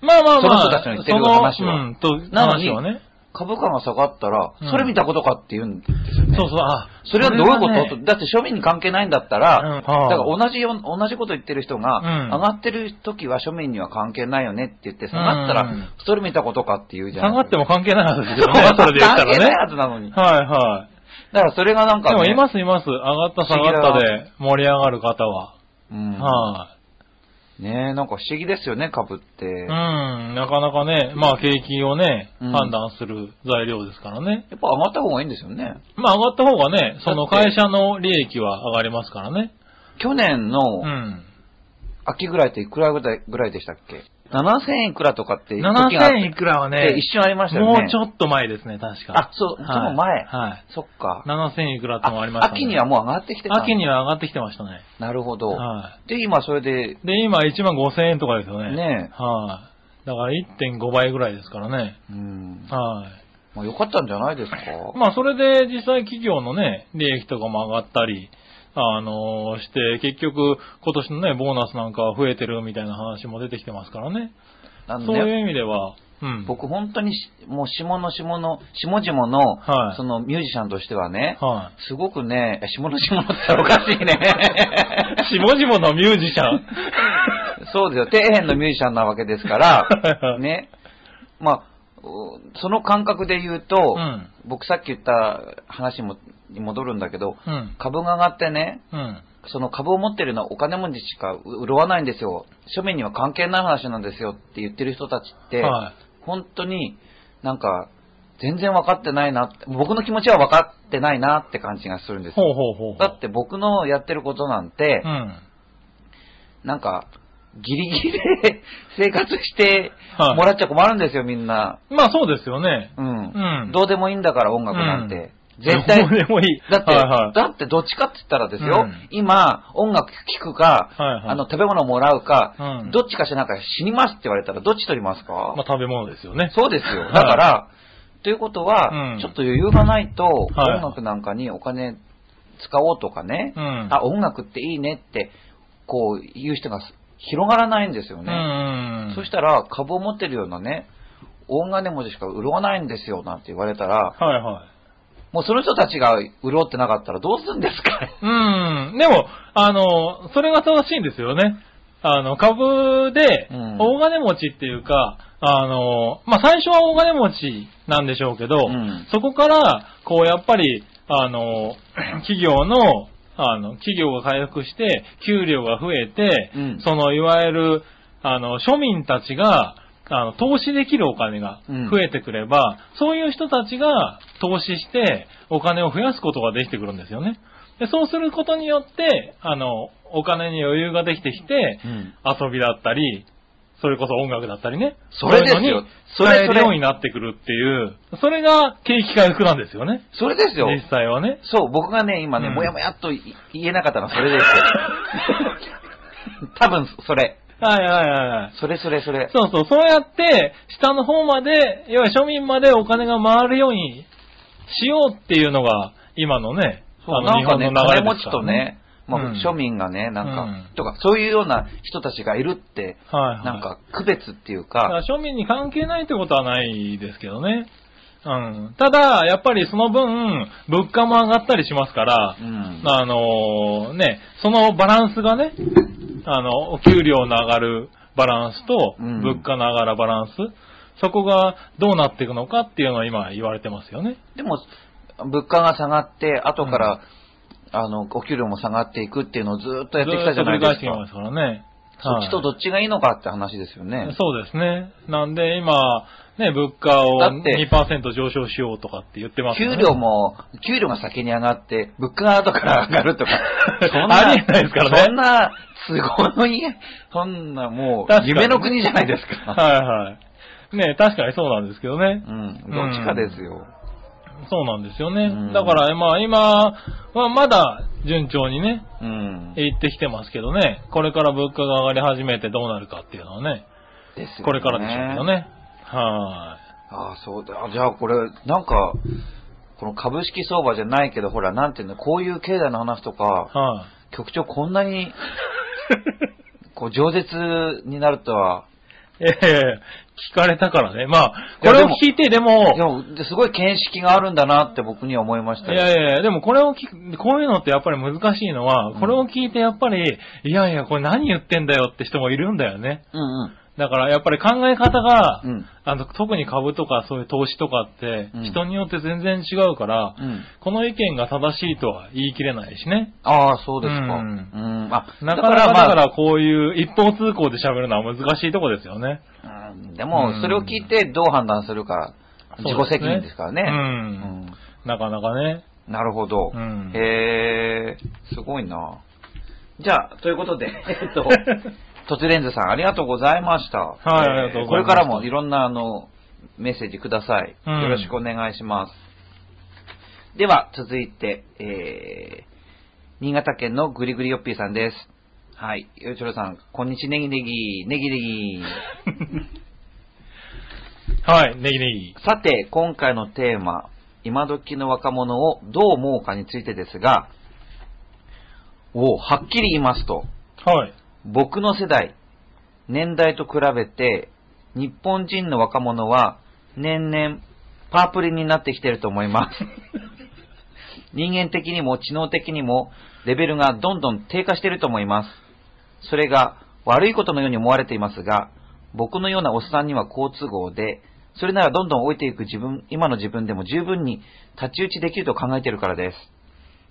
Speaker 1: まあまあまあ。
Speaker 2: その人たちの言ってる話は
Speaker 1: そのうん、と、
Speaker 2: なのに
Speaker 1: 話はね。
Speaker 2: 株価が下がったら、
Speaker 1: うん
Speaker 2: それ見たことかって言うんですよね。
Speaker 1: そうそう、あ、
Speaker 2: それはどういうこと、
Speaker 1: ね
Speaker 2: だって庶民に関係ないんだったら、
Speaker 1: うんはあ
Speaker 2: だから同じよ、同じこと言ってる人が、
Speaker 1: うん
Speaker 2: 上がってる時は庶民には関係ないよねって言って、下がったら、
Speaker 1: うん
Speaker 2: それ見たことかって言うじゃ
Speaker 1: 下
Speaker 2: ん。
Speaker 1: がって
Speaker 2: も、
Speaker 1: も関係ないはずです
Speaker 2: そ
Speaker 1: よ
Speaker 2: う、
Speaker 1: ね、 それで言った
Speaker 2: 関係
Speaker 1: ら
Speaker 2: ない
Speaker 1: ね。
Speaker 2: はずなのに。だ
Speaker 1: はいは
Speaker 2: からそれがなん
Speaker 1: い。で
Speaker 2: か、ね、
Speaker 1: もいますいます。上がった下がったで盛り上がる方は。
Speaker 2: うん
Speaker 1: は
Speaker 2: ねえ、なんか不思議ですよね、株って。
Speaker 1: い。う
Speaker 2: や
Speaker 1: ん、なかなかね、まあ景気をね、
Speaker 2: うん
Speaker 1: 判断する材料ですからね。
Speaker 2: っぱ上がった方がいいんですよね。
Speaker 1: まあ上がった方がね、その
Speaker 2: だって
Speaker 1: 会社の利益は上がりますからね。
Speaker 2: 去年の
Speaker 1: うん。
Speaker 2: 秋ぐらいっていくらぐらいぐらいでしたっけ ?7000 いくらとかって時があって
Speaker 1: 7000いくらはね、
Speaker 2: 一瞬ありましたよね。
Speaker 1: もうちょっと前ですね、確か。
Speaker 2: あ、そ
Speaker 1: は
Speaker 2: う、
Speaker 1: い
Speaker 2: その前。
Speaker 1: はい。
Speaker 2: そっか。
Speaker 1: 7000いくらってのもありました
Speaker 2: あ
Speaker 1: ね。
Speaker 2: 秋にはもう上がってきてた。
Speaker 1: 秋には上がってきてましたね。
Speaker 2: なるほど。
Speaker 1: は
Speaker 2: で、今それで、
Speaker 1: い。で、今1万5000円とかですよね。
Speaker 2: ねえ
Speaker 1: はい。だから1.5倍ぐらいですからね。
Speaker 2: うん。
Speaker 1: は
Speaker 2: まあ、よかったんじゃないですか。
Speaker 1: い。まあ、それで実際企業のね、利益とかも上がったり、あのーして、結局、今年のね、ボーナスなんかは増えてるみたいな話も出てきてますからね。
Speaker 2: あの
Speaker 1: そう
Speaker 2: ね
Speaker 1: いう意味では、うん。
Speaker 2: 僕本当にし、もう下の下の、下々の、
Speaker 1: はい
Speaker 2: そのミュージシャンとしてはね、
Speaker 1: は
Speaker 2: すごくね、え下の下のっておかしいね。
Speaker 1: い。し もじものミュージシャン。
Speaker 2: そうですよ。底辺のミュージシャンなわけですか
Speaker 1: はい
Speaker 2: ら
Speaker 1: は、い
Speaker 2: ね。まあ、おその感覚で言うと、
Speaker 1: うん
Speaker 2: 僕さっき言った話もに戻るんだけど、
Speaker 1: うん。
Speaker 2: 株が上がってね、
Speaker 1: うん。
Speaker 2: その株を持ってるのはお金持ちしか潤わないんですよ。庶民には関係ない話なんですよって言ってる人たちって、
Speaker 1: はい。
Speaker 2: 本当になんか全然分かってないなって、僕の気持ちは分かってないなって感じがするんです
Speaker 1: ほ
Speaker 2: よ。
Speaker 1: うほうほうほう。
Speaker 2: だって僕のやってることなんて
Speaker 1: う、ん。
Speaker 2: なんか、ギリギリで 生活して
Speaker 1: はい
Speaker 2: もらっちゃ困るんですよ、みんな。
Speaker 1: まあ、そうですよね。
Speaker 2: うん。
Speaker 1: うん
Speaker 2: どうでもいいんだから、音楽なんて。絶
Speaker 1: ど
Speaker 2: 対
Speaker 1: う、でもいい。
Speaker 2: だって、
Speaker 1: はいはい、
Speaker 2: だってどっちかって言ったらです
Speaker 1: う
Speaker 2: よ、
Speaker 1: ん
Speaker 2: 今、音楽聴くか、
Speaker 1: はいはい
Speaker 2: あの、食べ物もらうか、
Speaker 1: うん
Speaker 2: どっちかしなきゃ死にますって言われたら、どっち取りますか、
Speaker 1: まあ、食べ物ですよね。
Speaker 2: そうですよ。
Speaker 1: はい
Speaker 2: だから、ということは、
Speaker 1: うん
Speaker 2: ちょっと余裕がないと、
Speaker 1: はい
Speaker 2: 音楽なんかにお金使おうとかね、
Speaker 1: うん
Speaker 2: あ、音楽っていいねって、こう、言う人が広がらないんですよ
Speaker 1: う
Speaker 2: ね。
Speaker 1: ん。
Speaker 2: そしたら、株を持ってるようなね、大金持ちしか潤わないんですよ、なんて言われたら、
Speaker 1: はいはい。
Speaker 2: もうその人たちが潤ってなかったらどうするんですか
Speaker 1: うん。でも、あの、それが正しいんですよね。あの、株で
Speaker 2: うん、
Speaker 1: 大金持ちっていうか、あの、まあ、最初は大金持ちなんでしょうけど、
Speaker 2: ん
Speaker 1: そこから、こう、やっぱり、あの、 企業の、あの、企業が回復して、給料が増えて、
Speaker 2: うん
Speaker 1: その、いわゆる、あの、庶民たちが、あの、投資できるお金が増えてくれば、そういう人たちが投資して、お金を増やすことができてくるんですよね。で、そうすることによって、あの、お金に余裕ができてきて、
Speaker 2: うん
Speaker 1: 遊びだったり、それこそ音楽だったりね。
Speaker 2: それですよ
Speaker 1: そういうのに
Speaker 2: それそれ
Speaker 1: 使えるようになってくるっていう、それが景気回復なんですよね。
Speaker 2: それですよ。
Speaker 1: 実際はね。
Speaker 2: そう、僕がね、今ね、
Speaker 1: うん
Speaker 2: もやもやっとい 言えなかったのはそ れですよ。多分、それ。
Speaker 1: はいはいはいはい。
Speaker 2: それそれそれ。
Speaker 1: そうそう、そうやって、下の方まで、要は庶民までお金が回るようにしようっていうのが、今のね、
Speaker 2: そう
Speaker 1: あの
Speaker 2: な
Speaker 1: 日
Speaker 2: んか
Speaker 1: 本の
Speaker 2: ね、
Speaker 1: 流
Speaker 2: 金
Speaker 1: れ
Speaker 2: 持
Speaker 1: で
Speaker 2: ち
Speaker 1: すか
Speaker 2: と
Speaker 1: ら
Speaker 2: ね、まあ
Speaker 1: うん
Speaker 2: 庶民がね、なんか、
Speaker 1: うん
Speaker 2: とか、そういうような人たちがいるって、
Speaker 1: はいはい。
Speaker 2: なんか区別っていう
Speaker 1: だから
Speaker 2: か、
Speaker 1: 庶民に関係ないってことはないですけどね。うん。ただ、やっぱりその分、物価も上がったりしますから、
Speaker 2: うん
Speaker 1: あのーね、そのバランスがね、あの、お給料の上がるバランスと、
Speaker 2: うん
Speaker 1: 物価の上がるバランス、そこがどうなっていくのかっていうのは今言われてますよね。
Speaker 2: でも、物価が下がって、後から、あの、お給料も下がっていくっていうのをずーっとやってきたじゃないです
Speaker 1: ずっと繰り返してきま
Speaker 2: か。
Speaker 1: すからね。
Speaker 2: そっちとどっちがいいのかって話ですよ
Speaker 1: はい
Speaker 2: ね。
Speaker 1: そうですね。なんで今、ね、物価を
Speaker 2: だって
Speaker 1: 2%上昇しようとかって言ってます
Speaker 2: 給
Speaker 1: ね。、
Speaker 2: 料も、給料が先に上がって、物価が後から上がるとかそん な、
Speaker 1: ありえないですからね
Speaker 2: そんな、都合のいい、そんなも
Speaker 1: 確か
Speaker 2: う、
Speaker 1: に
Speaker 2: 夢の国じゃないですか。
Speaker 1: はいはい。ね、確かにそうなんですけどね
Speaker 2: う。ん、どっちかですよ。
Speaker 1: そうなんですよ
Speaker 2: う
Speaker 1: ね。
Speaker 2: ん
Speaker 1: だから、まあ今はまだ順調にね、
Speaker 2: うん。
Speaker 1: 行ってきてますけどね、これから物価が上がり始めてどうなるかっていうのはね、
Speaker 2: ですよ
Speaker 1: これからでしょうけど。ね。は
Speaker 2: ああ、そうだ。あじゃあこれ、なんか、この株式相場じゃないけど、ほら、なんていうの、こういう経済の話と か
Speaker 1: い。、はい。
Speaker 2: 局長こん なに、こう、饒舌になるとは、
Speaker 1: ええ聞かれたからね。まあ、
Speaker 2: い
Speaker 1: こ
Speaker 2: や
Speaker 1: れを聞いて、でも
Speaker 2: で、も、ですごい見識があるんだなって僕には思いまし
Speaker 1: い
Speaker 2: た
Speaker 1: やいやいや、でもこれを聞く、こういうのってやっぱり難しいのは、
Speaker 2: うん
Speaker 1: これを聞いてやっぱり、いやいや、これ何言ってんだよって人もいるんだよね。
Speaker 2: うんうん。
Speaker 1: だからやっぱり考え方が、
Speaker 2: うん
Speaker 1: あの特に株とかそういう投資とかって
Speaker 2: うん、
Speaker 1: 人によって全然違うから、
Speaker 2: うん。
Speaker 1: この意見が正しいとは言い切れないしね。
Speaker 2: ああ、そうですか。う。
Speaker 1: うんん
Speaker 2: あ、
Speaker 1: なかなかだ
Speaker 2: まあ
Speaker 1: からこういう一方通行で喋るのは難しいとこですよね。
Speaker 2: うんでも、それを聞いてどう判断するか、自己責任ですからね。
Speaker 1: うんなかなかね。
Speaker 2: うんなるほど。
Speaker 1: うん
Speaker 2: へえ、すごいな。じゃあ、という ことで、えっと、トツレンズさんありがとうございました。
Speaker 1: はいありがとうございました
Speaker 2: これからもいろんなあの、メッセージください。
Speaker 1: うん
Speaker 2: よろしくお願いします。では、続いて、えー、新潟県のぐりぐりよっぴーさんです。はい。よちろさん、こんにちねぎねぎ、ねぎねぎ。
Speaker 1: はい、ネギネギ。
Speaker 2: さて、今回のテーマ、今時の若者をどう思うかについてですが、おうはっきり言いますと、
Speaker 1: はい。
Speaker 2: 僕の世代、年代と比べて、日本人の若者は年々パープリになってきてると思います。 人間的にも知能的にもレベルがどんどん低下してると思います。それが悪いことのように思われていますが、僕のようなおっさんには好都合で、それならどんどん老いていく自分、今の自分でも十分に太刀打ちできると考えているからです。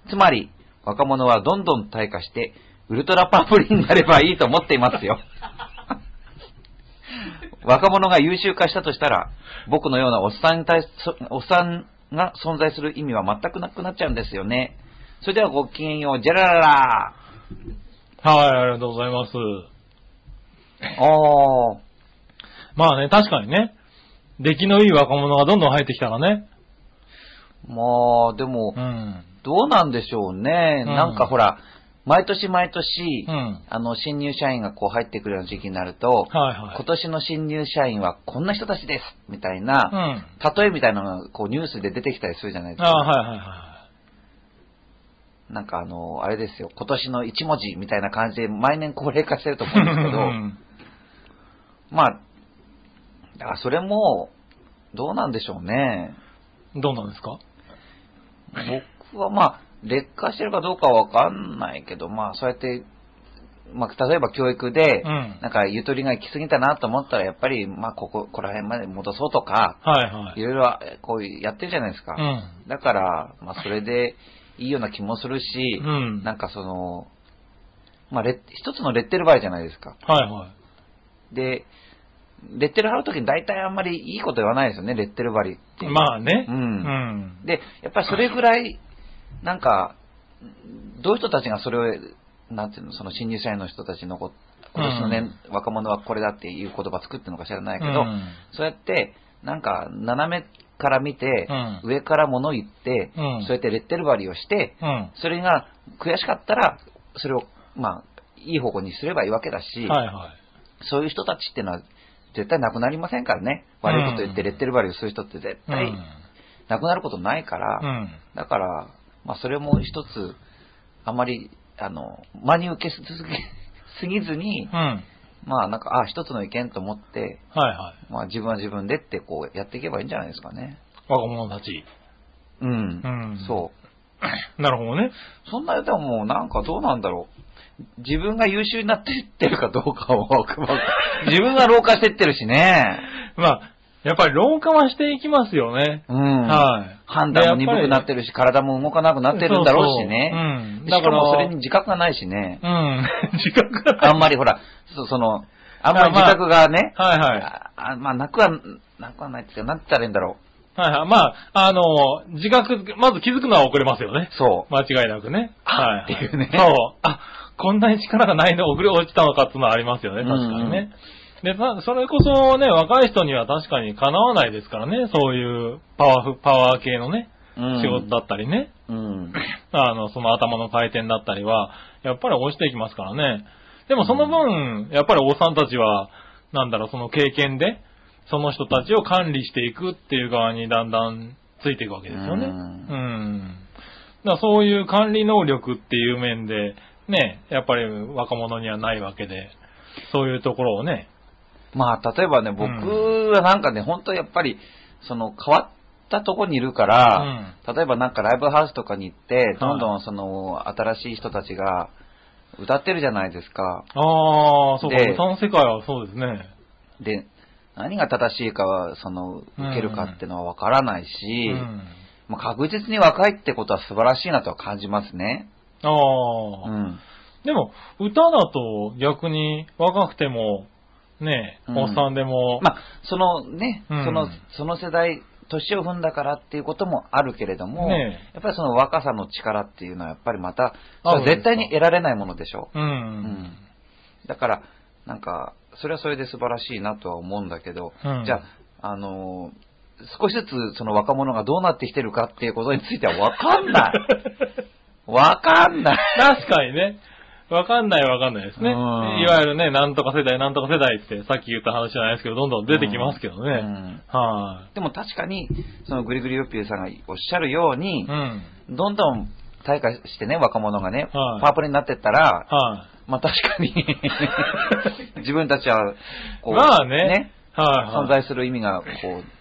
Speaker 2: つまり、若者はどんどん退化して、ウルトラパープリンになればいいと思っています よ。若者が優秀化したとしたら、僕のようなおっさんに対すおっさんが存在する意味は全くなくなっちゃうんですよね。それではごきげんよう、じゃらら ら
Speaker 1: はい、ありがとうございます。
Speaker 2: おー、
Speaker 1: まあね、確かにね、出来のいい若者がどんどん入ってきたらね。
Speaker 2: まあ、でも
Speaker 1: う、ん。
Speaker 2: どうなんでしょうね。
Speaker 1: うん
Speaker 2: なんかほら、毎年毎年、
Speaker 1: うん
Speaker 2: あの、新入社員がこう入ってくるような時期になると、
Speaker 1: はいはい。
Speaker 2: 今年の新入社員はこんな人たちですみたいな、
Speaker 1: うん。
Speaker 2: 例えみたいなのがこうニュースで出てきたりするじゃないです
Speaker 1: あ
Speaker 2: か。
Speaker 1: はいはい は
Speaker 2: なんかあの、あれですよ、今年の一文字みたいな感じで毎年高齢化してると思
Speaker 1: い。
Speaker 2: うんですけ
Speaker 1: う
Speaker 2: ど、
Speaker 1: ん
Speaker 2: まあ、だからそれも、どうなんでしょうね。
Speaker 1: どうなんですか
Speaker 2: 僕はまあ、劣化してるかどうかはわかんないけど、まあそうやって、まあ例えば教育で、
Speaker 1: うん
Speaker 2: なんかゆとりが行き過ぎたなと思ったら、やっぱりまあここ、ここら辺まで戻そうとか、
Speaker 1: はいはいい。
Speaker 2: ろいろえこうやってるじゃないですか。
Speaker 1: うん。
Speaker 2: だから、まあ、それでいいような気もするし、
Speaker 1: うん。
Speaker 2: なんかその、まあ、レ一つのレッテル貼るじゃないですか。
Speaker 1: はいはい。
Speaker 2: で、レッテル貼るときに大体あんまりいいこと言わないですよね、レッテル貼りっていうのは
Speaker 1: まあね。
Speaker 2: うん
Speaker 1: うん。
Speaker 2: で、やっぱりそれぐらい、なんか、どういう人たちがそれをなんていうの、その新入社員の人たちのこ、今年の年、若者はこれだっていう言葉作ってるのか知らないけど、
Speaker 1: うん
Speaker 2: そうやって、なんか、斜めから見て、
Speaker 1: うん
Speaker 2: 上から物言って、
Speaker 1: うん
Speaker 2: そうやってレッテル張りをして、
Speaker 1: うん。
Speaker 2: それが悔しかったら、それを、まあ、いい方向にすればいいわけだし、
Speaker 1: はいはい。
Speaker 2: そういう人たちっていうのは、絶対なくなりませんからね。悪いこと言ってレッテル張りをする人って絶
Speaker 1: う
Speaker 2: 対
Speaker 1: ん。
Speaker 2: なくなることないから、
Speaker 1: うん。
Speaker 2: だから、まあ、それも一つ、あまり、あの、真に受け続けすぎずに、
Speaker 1: うん。
Speaker 2: まあ、なんか、あ、一つの意見と思って、
Speaker 1: はいはい。
Speaker 2: まあ、自分は自分でって、こう、やっていけばいいんじゃないですかね。
Speaker 1: 若者たち。
Speaker 2: うん。
Speaker 1: うん
Speaker 2: そ
Speaker 1: なるほどね。
Speaker 2: う。そんな、でももう、なんか、どうなんだろう。自分が優秀になっていってるかどうかは、 自分が老化していってるしね。
Speaker 1: まあ、やっぱり老化はしていきますよね。
Speaker 2: うん。
Speaker 1: はい。
Speaker 2: 判断も鈍くなって
Speaker 1: る。
Speaker 2: るし、体も動かなくなってるんだろうしね。
Speaker 1: そうそううんだから
Speaker 2: しかもそれに自覚がないしね。
Speaker 1: うん。 自覚がない。
Speaker 2: あんまりほら、そその、あんまり自覚がね、
Speaker 1: はいはい。
Speaker 2: ああまあ、なくは、なくはないっていうか、なんて言ったらいいんだろ
Speaker 1: はいはい。まあ、あの、自覚、まず気づくのは遅れますよね
Speaker 2: う。。そう。
Speaker 1: 間違いなくね。はい。
Speaker 2: っていうね
Speaker 1: そう。あ、こんなに力がないの遅れ落ちたのかっていうのはありますよね、確かにね。で、たそれこそね、若い人には確かにかなわないですからね、そういうパワフ、パワー系のね、
Speaker 2: うん
Speaker 1: 仕事だったりね、
Speaker 2: うん。
Speaker 1: あの、その頭の回転だったりは、やっぱり落ちていきますからね。でもその分、やっぱりおっさんたちは、なんだろう、その経験で、その人たちを管理していくっていう側にだんだんついていくわけですよね。
Speaker 2: う
Speaker 1: うんん。だからそういう管理能力っていう面で、ね、やっぱり若者にはないわけで、そういうところをね。
Speaker 2: まあ、例えばね、僕
Speaker 1: う
Speaker 2: はなんかね、本当やっぱり、その、変わったとこにいるか
Speaker 1: う
Speaker 2: ら、
Speaker 1: ん。
Speaker 2: 例えばなんかライブハウスとかに行って、どんどんその、新しい人たちが歌ってるじゃないですか。
Speaker 1: ああ、そうか、
Speaker 2: で
Speaker 1: 歌の世界はそうですね。
Speaker 2: で、何が正しいかは、その、受けるかってのは分からないし、
Speaker 1: うん。
Speaker 2: まあ、確実に若いってことは素晴らしいなとは感じますね。
Speaker 1: ああ。
Speaker 2: うん。
Speaker 1: でも、歌だと逆に若くても、ね
Speaker 2: う
Speaker 1: え、
Speaker 2: ん
Speaker 1: おっさんでも、
Speaker 2: まあ、そのね、
Speaker 1: うん
Speaker 2: その、その世代、年を踏んだからっていうこともあるけれども、
Speaker 1: ね
Speaker 2: やっぱりその若さの力っていうのはやっぱりまた、
Speaker 1: あ
Speaker 2: それは絶対
Speaker 1: そう
Speaker 2: に
Speaker 1: です
Speaker 2: 得られないものでしょ
Speaker 1: う
Speaker 2: う。うん
Speaker 1: ん。。
Speaker 2: だから、なんか、それはそれで素晴らしいなとは思うんだけど、
Speaker 1: うん
Speaker 2: じゃあ、あのー少しずつその若者がどうなってきてるかっていうことについてはわか んない。わかんない。
Speaker 1: 確かにね。わかんないわかんないですね。
Speaker 2: う
Speaker 1: い
Speaker 2: ん
Speaker 1: わゆるね、なんとか世代、なんとか世代って、さっき言った話じゃないですけど、どんどん出てきますけどね。
Speaker 2: うん
Speaker 1: は
Speaker 2: でも確かに、そのグリグリヨッピーさんがおっしゃるよう
Speaker 1: い。
Speaker 2: に
Speaker 1: う、ん。
Speaker 2: どんどん退化してね、若者がね、
Speaker 1: はい
Speaker 2: パープルになってったら、
Speaker 1: は
Speaker 2: まあ確 かに、自分たちは、
Speaker 1: い。
Speaker 2: こう、
Speaker 1: まあね。はい、はい。
Speaker 2: 存在する意味が、こう、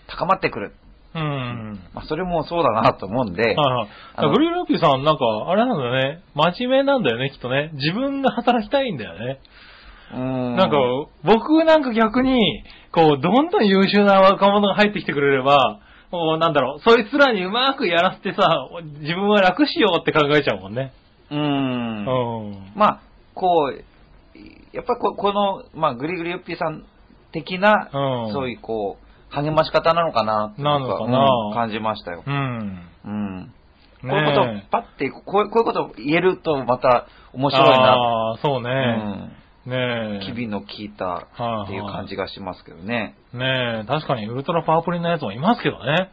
Speaker 2: 高まってくる。
Speaker 1: うん。
Speaker 2: まあそれもそうだなと思うんで、
Speaker 1: はい
Speaker 2: あの
Speaker 1: はい。グリルロッピーさん、なんか、あれなんだよね。真面目なんだよね、きっとね。自分が働きたいんだよね。
Speaker 2: うーん
Speaker 1: なんか、僕なんか逆に、こう、どんどん優秀な若者が入ってきてくれれば、もうなんだろう、そいつらにうまくやらせてさ、自分は楽しようって考えちゃうもんね。
Speaker 2: うー。
Speaker 1: うんん。
Speaker 2: まあ、こう、やっぱりここの、まあ、グリグリヨッピーさん的な、
Speaker 1: うん
Speaker 2: そういう、こう、励まし方なのかなって僕は
Speaker 1: なのかな
Speaker 2: うん感じましたよ。
Speaker 1: うん。
Speaker 2: うん。こういうこと
Speaker 1: ねえ。
Speaker 2: パッてこう、こういうことを言えるとまた面白いな。
Speaker 1: ああ、そうね。
Speaker 2: う
Speaker 1: ね
Speaker 2: ん。
Speaker 1: え。
Speaker 2: 機微の効いたっていう感じがしますけどね。
Speaker 1: ねえ、確かにウルトラパープリンなやつもいますけどね。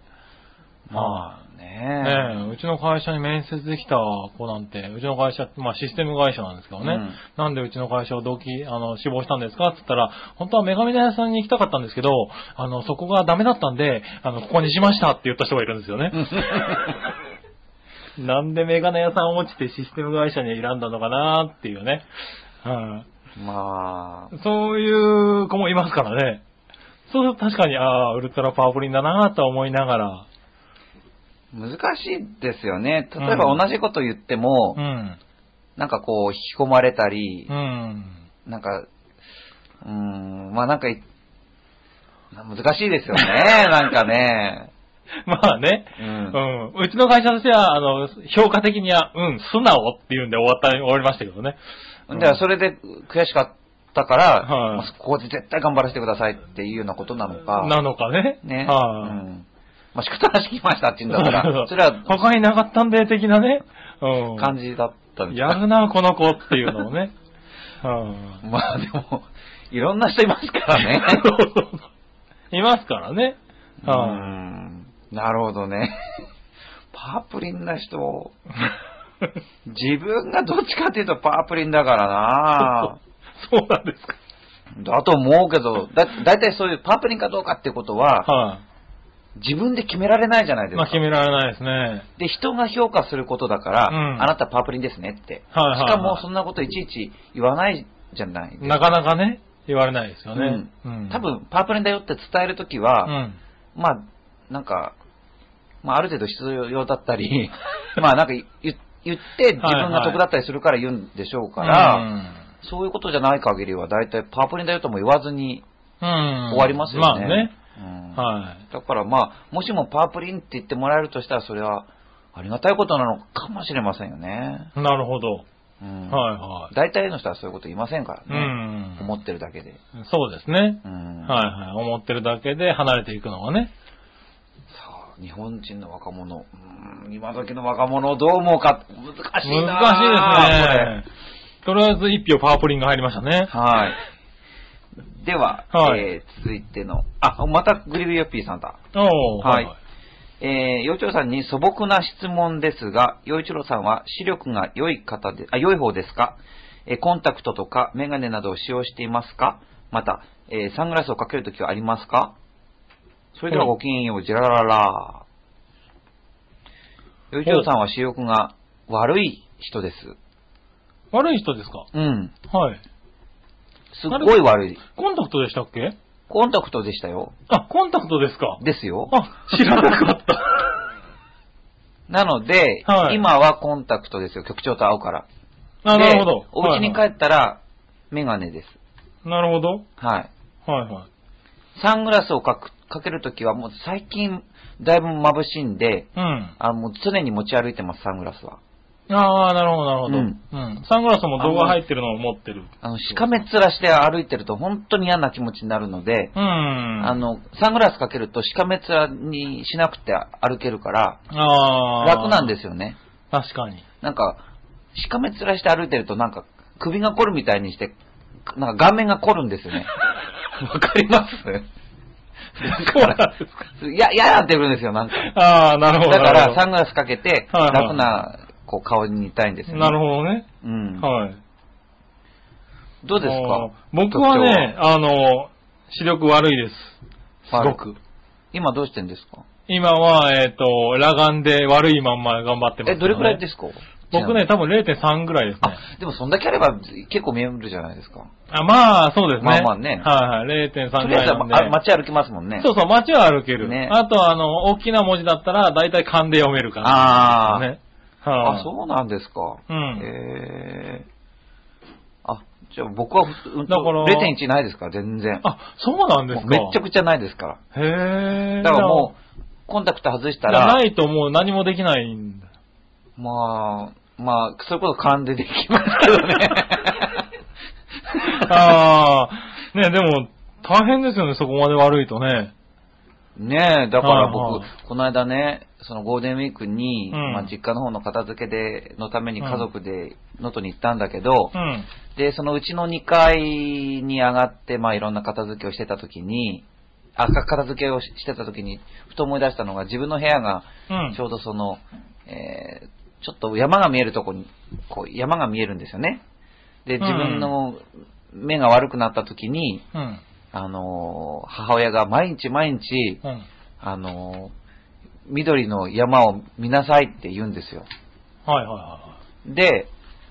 Speaker 2: まあ
Speaker 1: ね
Speaker 2: ね。
Speaker 1: え、うちの会社に面接できた子なんて、うちの会社って、まあシステム会社なんですけどね。
Speaker 2: うん
Speaker 1: なんでうちの会社を同期、あの、志望したんですかって言ったら、本当は女神の屋さんに行きたかったんですけど、あの、そこがダメだったんで、あの、ここにしましたって言った人がいるんですよね。なんでメガネ屋さん落ちてシステム会社に選んだのかなっていうね。うん
Speaker 2: まあ、
Speaker 1: そういう子もいますからね。そうすると確かに、ああ、ウルトラパワープリンだなとは思いながら。
Speaker 2: 難しいですよね。例えば同じこと言っても
Speaker 1: う、ん。
Speaker 2: なんかこう、引き込まれたり
Speaker 1: う、ん。
Speaker 2: なんか、うーん、まあなんかい、難しいです よね、なんかね。
Speaker 1: まあね。
Speaker 2: うん
Speaker 1: うん。うちの会社としては、あの、評価的には、うん、素直っていうんで終わった、終わりましたけどね。
Speaker 2: だからそれで悔しかったから、
Speaker 1: はい
Speaker 2: まあここで絶対頑張らせてくださいっていうようなことなのか。
Speaker 1: なのかね。
Speaker 2: ね、
Speaker 1: はい、
Speaker 2: うんまあ、仕方なし来ましたって言うんだから、それは
Speaker 1: 他になかったんで、的なね。うん。
Speaker 2: 感じだったんです
Speaker 1: やるな、この子っていうのをね。うん。
Speaker 2: まあでも、いろんな人いますから ね。
Speaker 1: いますからね。
Speaker 2: うー
Speaker 1: は
Speaker 2: ん。なるほどね。パープリンな人、自分がどっちかっていうとパープリンだか らな
Speaker 1: そうなんですか。
Speaker 2: だと思うけど、だ、だいたいそういうパープリンかどうかってことは、
Speaker 1: はい、
Speaker 2: 自分で決められないじゃないです
Speaker 1: ま
Speaker 2: か。
Speaker 1: あ、決められないですね。
Speaker 2: で、人が評価することだから、
Speaker 1: うん
Speaker 2: あなたパープリンですねって。
Speaker 1: はいはいはい
Speaker 2: しかもそんなこといちいち言わないじゃないですか。
Speaker 1: なかなかね、言われないですよね。
Speaker 2: うん
Speaker 1: うん
Speaker 2: 多、分、パープリンだよって伝えるとき
Speaker 1: う
Speaker 2: は、
Speaker 1: ん。
Speaker 2: まあ、なんか、まあ、ある程度必要だったり、 まあ、なんか言言って自分が得だったりするから言うんでしょうから、そういうことじゃない限りは、大体パープリンだよとも言わずに
Speaker 1: うん、うん。
Speaker 2: 終わりますよ
Speaker 1: ま
Speaker 2: ね。
Speaker 1: あね。
Speaker 2: うん
Speaker 1: はい。
Speaker 2: だからまあ、もしもパープリンって言ってもらえるとしたら、それはありがたいことなのかもしれませんよね。
Speaker 1: なるほど。
Speaker 2: うん
Speaker 1: はいはい。
Speaker 2: 大体の人はそういうこと言いませんから
Speaker 1: う
Speaker 2: ね。
Speaker 1: ん。
Speaker 2: 思ってるだけで。
Speaker 1: そうですね。
Speaker 2: うん
Speaker 1: はいはい。思ってるだけで離れていくのがね。
Speaker 2: さあ、日本人の若者、うーん、今時の若者をどう思うか、難しいな
Speaker 1: 難しいですね
Speaker 2: しいですね。。
Speaker 1: とりあえず一票パープリンが入りましたね。
Speaker 2: はい。では、
Speaker 1: はい
Speaker 2: えー続いての、あ、またグリビヨッピーさんだ。
Speaker 1: おー。
Speaker 2: はい。えー、洋一郎さんに素朴な質問ですが、洋一郎さんは視力が良い方で、あ、良い方ですかえーコンタクトとかメガネなどを使用していますかまた、えーサングラスをかけるときはありますかそれではごきげんよう、じらららら。洋一郎さんは視力が悪い人です。
Speaker 1: 悪い人ですか
Speaker 2: うん。
Speaker 1: はい。
Speaker 2: すっごい悪い。
Speaker 1: コンタクトでしたっけ
Speaker 2: コンタクトでしたよ。
Speaker 1: あ、コンタクトですか。
Speaker 2: ですよ。
Speaker 1: あ、知らなか った。
Speaker 2: なので、
Speaker 1: はい
Speaker 2: 今はコンタクトですよ。局長と会うから。
Speaker 1: あ、
Speaker 2: で
Speaker 1: なるほど。
Speaker 2: お家に帰
Speaker 1: はい
Speaker 2: ったら、メガネです。
Speaker 1: はいなるほど。
Speaker 2: はい。
Speaker 1: はいはい。
Speaker 2: サングラスをかくかけるときは、もう最近、だいぶ眩しいんで、
Speaker 1: うん。
Speaker 2: あもう常に持ち歩いてます、サングラスは。
Speaker 1: ああ、なるほど、なるほど。う
Speaker 2: う
Speaker 1: んん。サングラスも動画入ってるのを持ってる。
Speaker 2: あの、しかめっ面して歩いてると、本当に嫌な気持ちになるので、
Speaker 1: うん。
Speaker 2: あ
Speaker 1: あ、
Speaker 2: の、サングラスかけると、しかめっ面にしなくて歩けるから、
Speaker 1: あ
Speaker 2: 楽なん
Speaker 1: で。
Speaker 2: ですよね。
Speaker 1: 確かに。
Speaker 2: なんか、しかめっ面して歩いてると、なんか、首が凝るみたいにして、なんか顔面が凝るんですよね。 わかります
Speaker 1: そうなんですか。
Speaker 2: いや、嫌なんて言うんですよ、なんか。
Speaker 1: ああ、なるほど。
Speaker 2: だから、
Speaker 1: な
Speaker 2: サ
Speaker 1: る
Speaker 2: ングラスかけて、
Speaker 1: はいはい
Speaker 2: 楽な、こう、顔に似たいんです
Speaker 1: ほ
Speaker 2: よ
Speaker 1: どなる
Speaker 2: ね。
Speaker 1: ほどね。
Speaker 2: ど。うん。
Speaker 1: はい。
Speaker 2: どうです
Speaker 1: も
Speaker 2: か
Speaker 1: う僕はね、、あの、視力悪いです。す
Speaker 2: 特
Speaker 1: ご
Speaker 2: 徴悪い
Speaker 1: く。
Speaker 2: 今どうしてんですか
Speaker 1: 今は、えっ、と、裸眼で悪いまんま頑張ってます、
Speaker 2: え、どれくらいですすか
Speaker 1: 僕ね、、多分0.3ぐらいです
Speaker 2: あ
Speaker 1: ね。、
Speaker 2: でもそんだけあれば結構見えるじゃないですか。
Speaker 1: あまあ、そうですね。
Speaker 2: まあまあね
Speaker 1: はいはい、0.3
Speaker 2: と
Speaker 1: ぐ
Speaker 2: り
Speaker 1: ら
Speaker 2: あえ
Speaker 1: い
Speaker 2: ず
Speaker 1: なんで。
Speaker 2: は、あ街歩きますもんね。
Speaker 1: そうそう、街は歩ける。
Speaker 2: ね
Speaker 1: あと、あの、大きな文字だったら、だいたい勘で読めるから、
Speaker 2: あー
Speaker 1: ね。
Speaker 2: あ、
Speaker 1: う
Speaker 2: そうなんですか。
Speaker 1: うん
Speaker 2: えー、あ、じゃあ僕は普通、うんと、
Speaker 1: だから
Speaker 2: 0.1ないですから、全然。
Speaker 1: あ、そうなんで
Speaker 2: も
Speaker 1: す
Speaker 2: う
Speaker 1: か。
Speaker 2: めっちゃくちゃないですか
Speaker 1: へえ。
Speaker 2: ら。だからもう、コンタクト外した
Speaker 1: じゃあな
Speaker 2: ら、
Speaker 1: いともう何もできないんだ。
Speaker 2: まあ、まあ、それこそ勘でできますけどね。
Speaker 1: ああ、ね、でも、大変ですよね、そこまで悪いとね。
Speaker 2: ねえ、だから
Speaker 1: はいは、
Speaker 2: 僕この間ね、そのゴールデンウィークに、
Speaker 1: うん
Speaker 2: まあ実家の方の片付けで、のために家族で、能登に行ったんだけど、
Speaker 1: うん。
Speaker 2: で、そのうちの2階に上がって、まあいろんな片付けをしてた時に、あ、か片付けをししてた時に、ふと思い出したのが、自分の部屋が、
Speaker 1: うん。
Speaker 2: ちょうどその、えーちょっと山が見えるとこに、こう山が見えるんですよね。で、
Speaker 1: うん
Speaker 2: 自分の目が悪くなった時に、
Speaker 1: うん。
Speaker 2: あのー母親が毎日毎日、
Speaker 1: うん。
Speaker 2: あのー緑の山を見なさいって言うんですよ。
Speaker 1: はいはいは
Speaker 2: で、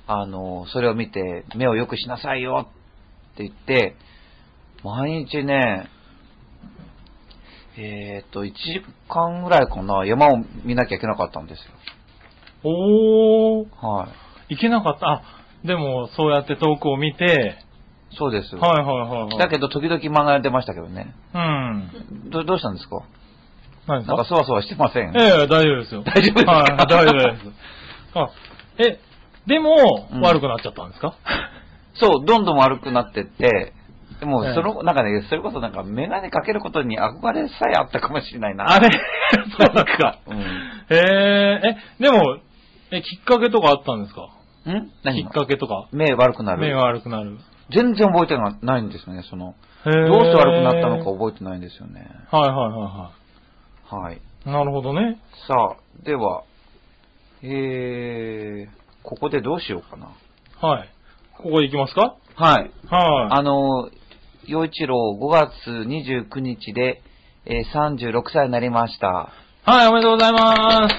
Speaker 2: あのーそれを見て、目を良くしなさいよって言って、毎日ね、えっ、と、1時間ぐらいかな、山を見なきゃいけなかったんです
Speaker 1: い。おー、
Speaker 2: よ。はい。
Speaker 1: いけなかった。あ、でも、そうやって遠くを見て、
Speaker 2: そうです。
Speaker 1: はいはいはいはい。
Speaker 2: だけど、時々漫画出ましたけどね。
Speaker 1: うん。
Speaker 2: どどうしたんですか
Speaker 1: 何です
Speaker 2: なんか
Speaker 1: か
Speaker 2: そわそわしてません。
Speaker 1: ええ大丈夫ですよ。
Speaker 2: 大丈夫ですか
Speaker 1: はい、大丈夫です。あ、え、でも
Speaker 2: うん、
Speaker 1: 悪くなっちゃったんですか、
Speaker 2: そう、どんどん悪くなってって、でも、
Speaker 1: ええ
Speaker 2: その、なんかね、それこそなんか、メガネかけることに憧れさえあったかもしれないな。
Speaker 1: あれそうなんか。
Speaker 2: うん
Speaker 1: へえ、え、でも、え、きっかけとかあったんですか
Speaker 2: ん
Speaker 1: き
Speaker 2: 何
Speaker 1: っ
Speaker 2: が
Speaker 1: かけとか。
Speaker 2: 目悪くな
Speaker 1: 目
Speaker 2: る。
Speaker 1: が悪くなる。
Speaker 2: 全然覚えてなないんですね、その。
Speaker 1: どう
Speaker 2: どうして悪くなったのか覚えてないんですよね。
Speaker 1: はいはいは
Speaker 2: はい。
Speaker 1: いはい。なるほどね。
Speaker 2: さあ、では、えー、ここでどうしようかな。
Speaker 1: はい。ここで行きますか
Speaker 2: はい。
Speaker 1: はい。
Speaker 2: あの、陽一郎5月29日で、えー36歳になりました。
Speaker 1: はい、おめでとうございます。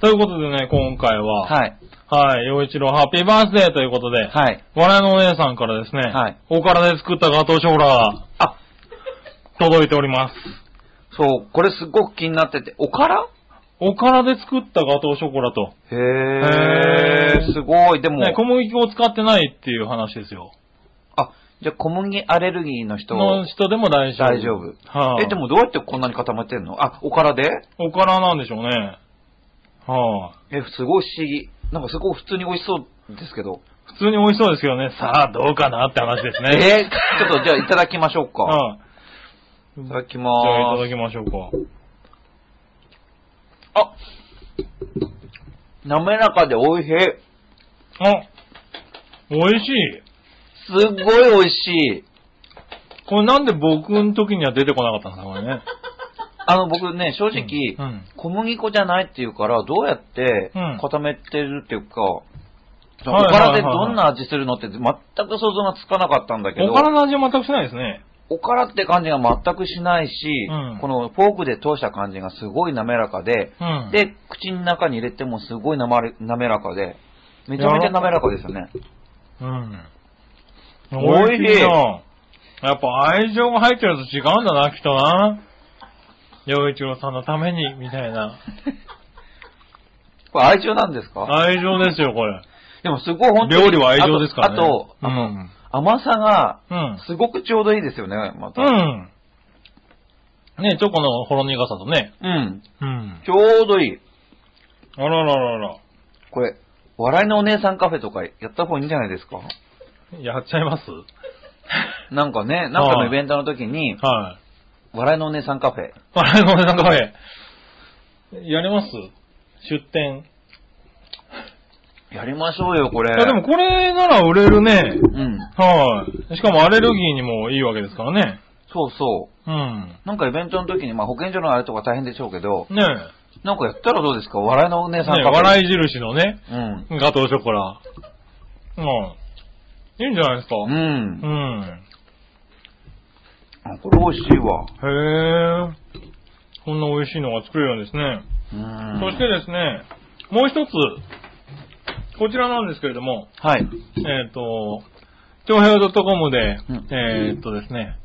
Speaker 1: ということでね、今回は、
Speaker 2: はい。
Speaker 1: はい、洋一郎ハッピーバースデーということで、
Speaker 2: はい。
Speaker 1: 笑いのお姉さんからですね、
Speaker 2: はい
Speaker 1: お体で作ったガトーショコラが、
Speaker 2: あ、
Speaker 1: 届いております。
Speaker 2: そう、これすごく気になってて、おから
Speaker 1: おからで作ったガトーショコラと、
Speaker 2: へ
Speaker 1: へー
Speaker 2: ー、すごい。でも、
Speaker 1: ね、小麦粉を使ってないっていう話ですよ。
Speaker 2: あ、じゃあ小麦アレルギーの人、
Speaker 1: の人でも大丈夫。
Speaker 2: 大丈夫。
Speaker 1: はい、
Speaker 2: え、でもどうやってこんなに固まってんのあ、おからで
Speaker 1: おからなんでしょうね。はい、
Speaker 2: え、すごい不思議。なんかすごい普通に美味しそうですけど。
Speaker 1: 普通に美味しそうですけどね、さあどうかなって話です
Speaker 2: えー、
Speaker 1: ね。
Speaker 2: ちょっとじゃあいただきましょうか。
Speaker 1: はい、
Speaker 2: いただき
Speaker 1: じゃあい
Speaker 2: ま
Speaker 1: ただ
Speaker 2: ー
Speaker 1: きましょうか。
Speaker 2: す。滑らかで美味しい。
Speaker 1: あ、美味しい。
Speaker 2: すっごい美味しい。
Speaker 1: これなんで僕の時には出てこなかったんですか、これね。
Speaker 2: あの、僕ね、正直、
Speaker 1: うんうん
Speaker 2: 小麦粉じゃないっていうから、どうやって
Speaker 1: うん
Speaker 2: 固めてるっていうか、お
Speaker 1: はいはい
Speaker 2: からでどんな味するのって全く想像がつかなかったんだけど
Speaker 1: お、からの味は全くしないですね。
Speaker 2: おからって感じが全くしないし、
Speaker 1: うん
Speaker 2: このフォークで通した感じがすごい滑らかで、
Speaker 1: うん。
Speaker 2: で、口の中に入れてもすごいなまれ滑らかで、めちゃめちゃ滑らかですよね。
Speaker 1: うん。
Speaker 2: 美味しい
Speaker 1: 美なやっぱ愛情が入ってると違うんだな、きっとな。洋一郎さんのために、みたいな。
Speaker 2: これ愛情なんですか
Speaker 1: 愛情ですよ、これ。
Speaker 2: でもすごい本当に。
Speaker 1: 料理は愛情ですからね。
Speaker 2: あと、あ
Speaker 1: う
Speaker 2: と
Speaker 1: ん。
Speaker 2: 甘さが
Speaker 1: うん。
Speaker 2: すごくちょうどいいですよね、また。
Speaker 1: うん。ねチョコのほろ苦さとね。
Speaker 2: うん。
Speaker 1: うん。
Speaker 2: ちょうどいい。
Speaker 1: あらららら。
Speaker 2: これ、笑いのお姉さんカフェとかやった方がいいんじゃないですか
Speaker 1: やっちゃいます
Speaker 2: なんかね、なんか
Speaker 1: は
Speaker 2: の
Speaker 1: い
Speaker 2: イベントの時に、
Speaker 1: はい。
Speaker 2: 笑いのお姉さんカフェ。
Speaker 1: 笑いのお姉さんカフェ。やります出店。
Speaker 2: やりましょうよ、これ。
Speaker 1: いや、でもこれなら売れるね。
Speaker 2: うん。
Speaker 1: はい。しかもアレルギーにもいいわけですからね。
Speaker 2: そうそ
Speaker 1: うん。
Speaker 2: う。なんかイベントの時に、まあ保健所のあれとか大変でしょうけど、
Speaker 1: ね
Speaker 2: なんかやったらどうですか笑いのお姉
Speaker 1: え。
Speaker 2: さん
Speaker 1: ねえ
Speaker 2: カフェ。
Speaker 1: 笑い印のね、
Speaker 2: うん。
Speaker 1: ガトーショコラ。うん。いいんじゃないですか。
Speaker 2: う。
Speaker 1: うんん。
Speaker 2: あこれ美味しいわ。
Speaker 1: へえ。こんな美味しいのが作れるんですね。
Speaker 2: うん。
Speaker 1: そしてですね、もう一つ、こちらなんですけれども、
Speaker 2: はい。
Speaker 1: えっ、と、長平 .com で、
Speaker 2: うん
Speaker 1: えっ、とですね、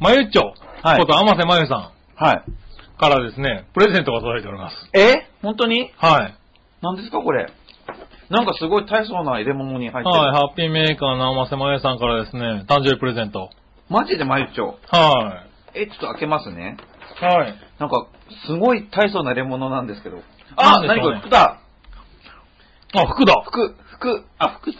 Speaker 1: まゆっちょ、
Speaker 2: はい
Speaker 1: こと甘瀬まゆさ
Speaker 2: はい。
Speaker 1: んからですね、プレゼントが届いております。
Speaker 2: え本当に
Speaker 1: はい。
Speaker 2: 何ですかこれ。なんかすごい大層な入れ物に入ってる。
Speaker 1: はい、ハッピーメーカーの甘瀬まゆさんからですね、誕生日プレゼント。
Speaker 2: マジでマユッチョ。
Speaker 1: は
Speaker 2: え、ちょっと開けますね。
Speaker 1: い。はい。
Speaker 2: なんか、すごい大層な入れ物なんですけど。
Speaker 1: な
Speaker 2: あ、
Speaker 1: んでし
Speaker 2: 何
Speaker 1: ょ
Speaker 2: こ
Speaker 1: うね
Speaker 2: れ服だ
Speaker 1: あ、服だ。
Speaker 2: 服、服、あ、服って。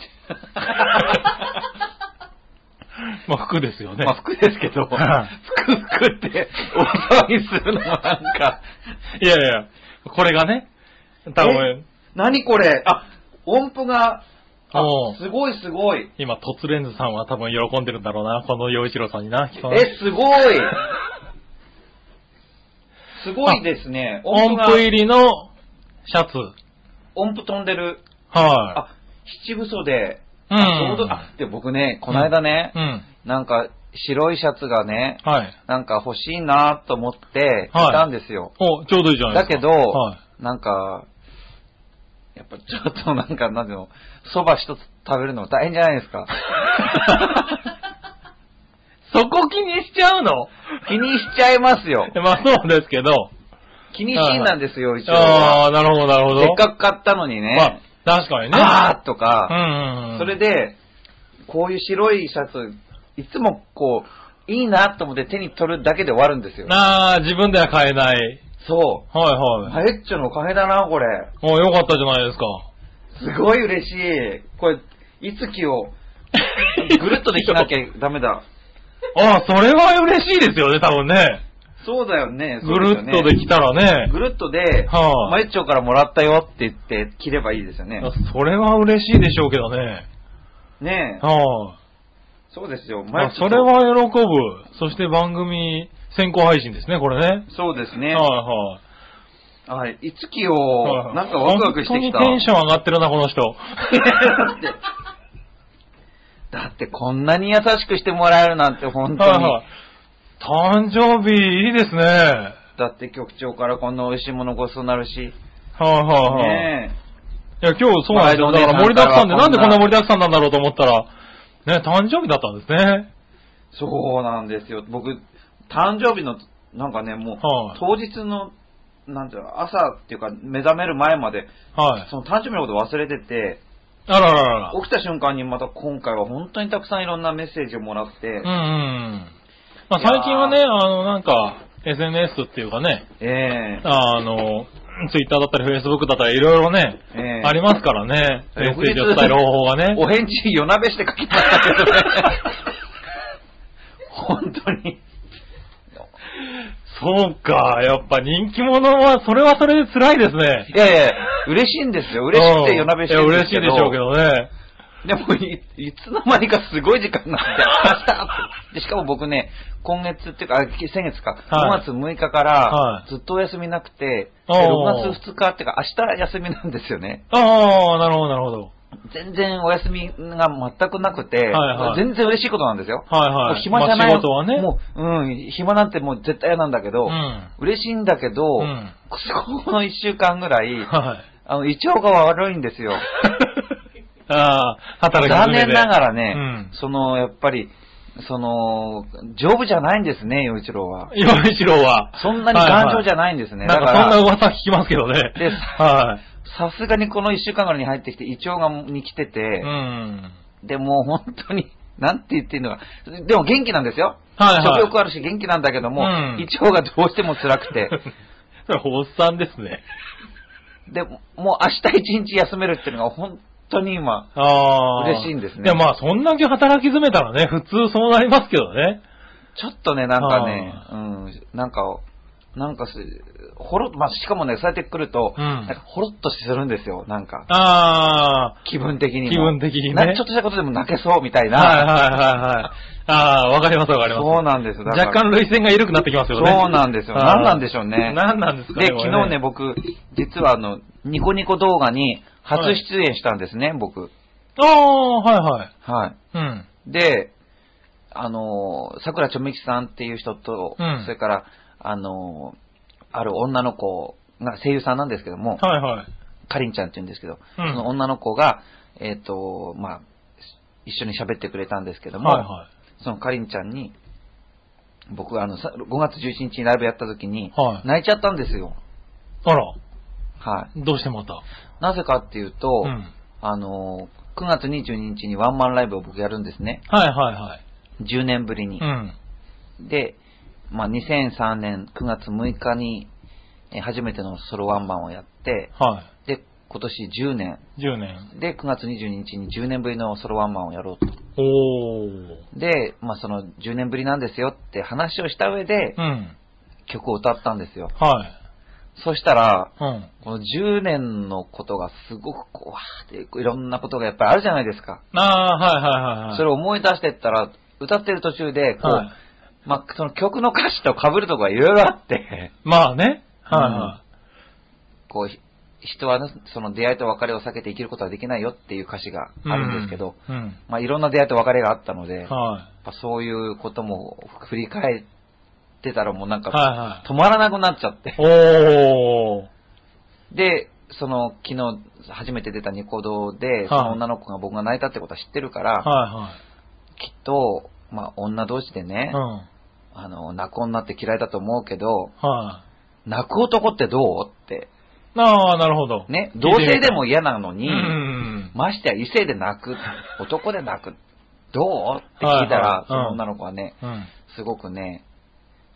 Speaker 1: まあ、服ですよね。
Speaker 2: まあ服ですけど、服、
Speaker 1: はい
Speaker 2: 服って大騒ぎするのもなんか、
Speaker 1: いやいや、これがね、多分、
Speaker 2: 何これあ、音符が、あ
Speaker 1: おう、
Speaker 2: すごいすごい。
Speaker 1: 今、トツレンズさんは多分喜んでるんだろうな、この洋一郎さんにな、きっとな
Speaker 2: え、すごい。すごいですね。音
Speaker 1: 音
Speaker 2: 符が
Speaker 1: 符、入りのシャツ。
Speaker 2: 音符飛んでる。
Speaker 1: は
Speaker 2: あ、七分袖。
Speaker 1: い。
Speaker 2: あちょうどあ、で、僕ね、この間ね、
Speaker 1: うん。
Speaker 2: なんか白いシャツがね、
Speaker 1: はい。
Speaker 2: なんか欲しいなと思って、
Speaker 1: はい
Speaker 2: いたんですよ。
Speaker 1: お、ちょうどいいじゃない
Speaker 2: だ
Speaker 1: で
Speaker 2: け
Speaker 1: すか。
Speaker 2: ど、
Speaker 1: はい。
Speaker 2: なんか、やっぱちょっとなんか、なんていうの、そば一つ食べるのも大変じゃないですか。
Speaker 1: そこ気にしちゃうの
Speaker 2: 気にしちゃいますよ。
Speaker 1: まあそうですけど。
Speaker 2: 気にしいなんですよ、一応は。
Speaker 1: ああ、なるほど、なるほど。
Speaker 2: せっかく買ったのにね、
Speaker 1: まあ、確かにね。
Speaker 2: あーとか、
Speaker 1: うんうんうん。
Speaker 2: それで、こういう白いシャツ、いつもこう、いいなと思って手に取るだけで終わるんですよ。
Speaker 1: ああ、自分では買えない。
Speaker 2: そ
Speaker 1: は
Speaker 2: う。
Speaker 1: い
Speaker 2: ハ
Speaker 1: はい。
Speaker 2: エッチョのおかげだな、これ。
Speaker 1: お、よかったじゃないですか。
Speaker 2: すごい嬉しい。これ、いつ着よう。 ぐるっとできなきゃダメだ。
Speaker 1: ああ、それは嬉しいですよね、多分ね。
Speaker 2: そうだよね。
Speaker 1: ぐるっとできたらね。
Speaker 2: ぐるっとで、
Speaker 1: はい
Speaker 2: マユッチョからもらったよって言って切ればいいですよね。
Speaker 1: それは嬉しいでしょうけどね。
Speaker 2: ねえ。
Speaker 1: は
Speaker 2: そうですよ。
Speaker 1: い、
Speaker 2: マユッ
Speaker 1: あ
Speaker 2: チョ
Speaker 1: そ
Speaker 2: と
Speaker 1: れは喜ぶ。そして番組先行配信ですね、これね。
Speaker 2: そうです
Speaker 1: はい
Speaker 2: ね。
Speaker 1: はい、
Speaker 2: はい。いつき
Speaker 1: は
Speaker 2: を、
Speaker 1: い
Speaker 2: なんかワクワクしてきた。
Speaker 1: 本当にテンション上がってるな、この人。
Speaker 2: だって、だってこんなに優しくしてもらえるなんて 本当
Speaker 1: はい
Speaker 2: に
Speaker 1: は。い誕生日いいですね。はい
Speaker 2: だって局長からこんな美味しいものごちそうになるし。
Speaker 1: はいはい。
Speaker 2: ね
Speaker 1: いや、今日そうなんですよ。だから盛りだくさんで、
Speaker 2: まあ
Speaker 1: なんでこんな盛りだくさんなんだろうと思ったら、ね、誕生日だったんですね。
Speaker 2: え。そうなんですよ。僕、誕生日の、なんかね、もう
Speaker 1: はい、
Speaker 2: 当日の、なんていうの、朝っていうか目覚める前まで、
Speaker 1: はい。
Speaker 2: その誕生日のこと忘れてて、
Speaker 1: あらららら。
Speaker 2: 起きた瞬間にまた今回は本当にたくさんいろんなメッセージをもらって
Speaker 1: うん、うん。まあ、最近はね、
Speaker 2: い
Speaker 1: あの、なんか、SNS っていうかね、
Speaker 2: ええ
Speaker 1: あの、Twitter だったり Facebook だったりいろいろね、
Speaker 2: ええ
Speaker 1: ありますからね、メッ
Speaker 2: 翌
Speaker 1: セー
Speaker 2: 日
Speaker 1: ジを伝える方法がね。
Speaker 2: お返事夜鍋して書きましたけ どね。本当に。
Speaker 1: そうか、やっぱ人気者は、それはそれで辛いですね。
Speaker 2: いやいや、嬉しいんですよ。嬉しくて夜鍋してる
Speaker 1: う
Speaker 2: ん
Speaker 1: んいや
Speaker 2: で
Speaker 1: 嬉
Speaker 2: す
Speaker 1: しい
Speaker 2: けど。
Speaker 1: でしょうけどね。
Speaker 2: でもい、いつの間にかすごい時間に なって、明日ってでしかも僕ね、今月っていうか、あ先月か、
Speaker 1: はい
Speaker 2: 5月6日か
Speaker 1: は
Speaker 2: ら、ずっとお休みなくて、で
Speaker 1: おー
Speaker 2: 6月2日っていうか、明日休みなんですよね。
Speaker 1: ああ、なるほど、なるほど。
Speaker 2: 全然お休みが全くなくて、
Speaker 1: はいはい
Speaker 2: 全然嬉しいことなんですよ。
Speaker 1: はいはい。
Speaker 2: 暇じゃない、
Speaker 1: まあ仕事はね。
Speaker 2: もう、うん、暇なんてもう絶対嫌なんだけど、
Speaker 1: うん
Speaker 2: 嬉しいんだけど、
Speaker 1: うん
Speaker 2: ここの1週間ぐらい、
Speaker 1: はい。
Speaker 2: あの、胃腸が悪いんですよ。
Speaker 1: ああ、働き
Speaker 2: 残
Speaker 1: 始め
Speaker 2: 念
Speaker 1: で
Speaker 2: ながらね、
Speaker 1: うん。
Speaker 2: その、やっぱり、その、丈夫じゃないんですね、洋一郎は。
Speaker 1: 岩一郎は。
Speaker 2: そんなに頑丈じゃ
Speaker 1: ない
Speaker 2: ないんですね。
Speaker 1: なんかそんな
Speaker 2: だか
Speaker 1: 噂聞きますけどね。は
Speaker 2: でら、さすがにこの1週間ぐらいに入ってきて、胃腸がに来て
Speaker 1: い。
Speaker 2: て
Speaker 1: う、ん。
Speaker 2: で、もう本当に、 なんて言っていいのか。でも元気なんですよ。
Speaker 1: はいはい
Speaker 2: 食欲あるし元気なんだけども、
Speaker 1: うん
Speaker 2: 胃腸がどうしても辛くて。
Speaker 1: それ、おっさんですね。
Speaker 2: で、もう明日一日休めるっていうのが本当に今、
Speaker 1: ああ。
Speaker 2: 嬉しいんですね
Speaker 1: いや、まあ、そんだけ働き詰めたらね、普通そうなりますけどね。
Speaker 2: ちょっとね、なんかね、うん、なんか、なんかす、ほろっ、まあ、しかもね、そうやってくると、
Speaker 1: うん
Speaker 2: なんかほろっとするんですよ、なんか。
Speaker 1: ああ。
Speaker 2: 気分的にも。
Speaker 1: 気分的にね
Speaker 2: なんかちょっとしたことでも泣けそうみたいな。
Speaker 1: はいはいはいはい。ああ、わかりますわかります。
Speaker 2: そうなんですよだから
Speaker 1: 若干類線が緩くなってきますよね。
Speaker 2: そうなんですよ
Speaker 1: はい
Speaker 2: 何なんでしょうね
Speaker 1: 何なんですかね。
Speaker 2: で、
Speaker 1: こ
Speaker 2: 昨
Speaker 1: れ
Speaker 2: 日ね、、僕、実はあの、ニコニコ動画に初出演したんですね、僕。
Speaker 1: ああ、はいはい。
Speaker 2: は
Speaker 1: うん。
Speaker 2: い。で、あのー、桜ちょめきさんっていう人と、
Speaker 1: うん
Speaker 2: それから、あのー、ある女の子が声優さんなんですけども、
Speaker 1: はいはい。
Speaker 2: かりんちゃんって言うんですけど、
Speaker 1: うん
Speaker 2: その女の子が、えっ、と、まあ、一緒に喋ってくれたんですけども、
Speaker 1: はいは
Speaker 2: そのかりんちゃんに、僕はあの、さ5月11日にライブやった時に、
Speaker 1: はい
Speaker 2: 泣いちゃったんですよ。
Speaker 1: い。あら、
Speaker 2: はい。
Speaker 1: どうしてまた。
Speaker 2: なぜかっていうと、
Speaker 1: うん。
Speaker 2: あの、9月22日にワンマンライブを僕やるんですね。
Speaker 1: はいはいはい。
Speaker 2: 10年ぶりに
Speaker 1: う。ん。
Speaker 2: で、まあ、2003年9月6日に、えー初めてのソロワンマンをやって、
Speaker 1: は
Speaker 2: で、今年10年。
Speaker 1: い。10年。
Speaker 2: で、9月22日に10年ぶりのソロワンマンをやろうと。
Speaker 1: おー。
Speaker 2: で、まあ、その10年ぶりなんですよって話をした上で
Speaker 1: う、ん。
Speaker 2: 曲を歌ったんですよ。
Speaker 1: はい。
Speaker 2: そしたら、
Speaker 1: うん。
Speaker 2: この10年のことがすごくこう、わーっていろんなことがやっぱりあるじゃないですか。
Speaker 1: ああー、はいはいはいはい。
Speaker 2: それを思い出してったら、歌ってる途中で、こう、
Speaker 1: はい
Speaker 2: まあ、その曲の歌詞と被るとこがいろいろあ って、
Speaker 1: まあね。はいは
Speaker 2: こう、ひ人はね、その出会いと別れを避けて生きることはできないよっていう歌詞が
Speaker 1: い。
Speaker 2: あるんですけど、
Speaker 1: うん。
Speaker 2: まあ、いろんな出会いと別れがあったので、
Speaker 1: うん
Speaker 2: やっ
Speaker 1: は
Speaker 2: ぱそういうことも振り返ってたらもうなん
Speaker 1: い。
Speaker 2: か、
Speaker 1: はいは
Speaker 2: 止まらなくなっちゃって
Speaker 1: い。。おー。
Speaker 2: で、その、昨日初めて出たニコ動で、
Speaker 1: い
Speaker 2: その女の子が僕が泣いたってことは知ってるから、
Speaker 1: は
Speaker 2: きっと、まあ、女同士で
Speaker 1: いはい。
Speaker 2: ね、
Speaker 1: うん。
Speaker 2: あの、泣く女って嫌いだと思うけど、
Speaker 1: はい。
Speaker 2: 泣く男ってどうって。
Speaker 1: ああ、なるほど。
Speaker 2: ね、同性でも
Speaker 1: い
Speaker 2: 嫌なのに、
Speaker 1: うん。
Speaker 2: ましてや異性で 泣く、男で泣く、どうって聞いたら、
Speaker 1: はいはい
Speaker 2: その女の子はね、
Speaker 1: うん。はい。
Speaker 2: すごくね、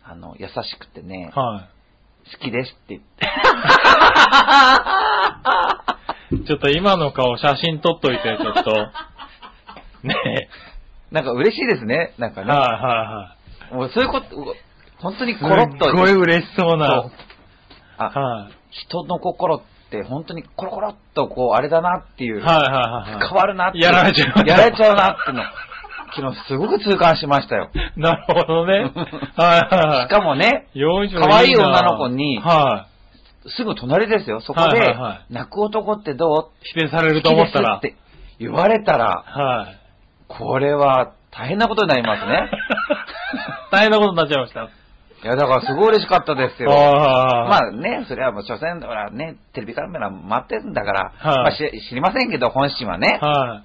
Speaker 2: あの、優しくてね、好きですって言って。
Speaker 1: ちょっと今の顔写真撮っといて、ちょっと。ね
Speaker 2: なんか嬉しいですね。なんか
Speaker 1: はい
Speaker 2: ね。
Speaker 1: は
Speaker 2: もうそういうこと、本当に
Speaker 1: い
Speaker 2: コ
Speaker 1: は
Speaker 2: ロ
Speaker 1: い。
Speaker 2: ッ
Speaker 1: すっごい
Speaker 2: と、
Speaker 1: 嬉しそうな。
Speaker 2: あ、
Speaker 1: はい。
Speaker 2: 人の心って本当にコロコロっとこう、あれだなっていう、
Speaker 1: はいはいは
Speaker 2: 変
Speaker 1: い。
Speaker 2: わるなっていう
Speaker 1: やられちゃう
Speaker 2: やられちゃうなっていうの、昨日すごく痛感しましたよ。
Speaker 1: なるほどね。はいはいはい。
Speaker 2: しかもね、
Speaker 1: よいしょ
Speaker 2: 可愛い女の子に
Speaker 1: は
Speaker 2: すぐ隣ですよ、そこ
Speaker 1: はい
Speaker 2: で
Speaker 1: はいは、
Speaker 2: 泣く男ってど
Speaker 1: い。否定され
Speaker 2: う
Speaker 1: ると思ったら。
Speaker 2: 好きですって言われたら、
Speaker 1: はい。
Speaker 2: これは大変なことになりますね。
Speaker 1: 大変なことになっちゃいま した。
Speaker 2: いや、だからすごい嬉しかったですよ。ま
Speaker 1: あ
Speaker 2: あね、それはもう、所詮だからね、テレビカメラ待ってるんだから、
Speaker 1: はい
Speaker 2: まあ、し知りませんけど、本心はね。
Speaker 1: あ。はい。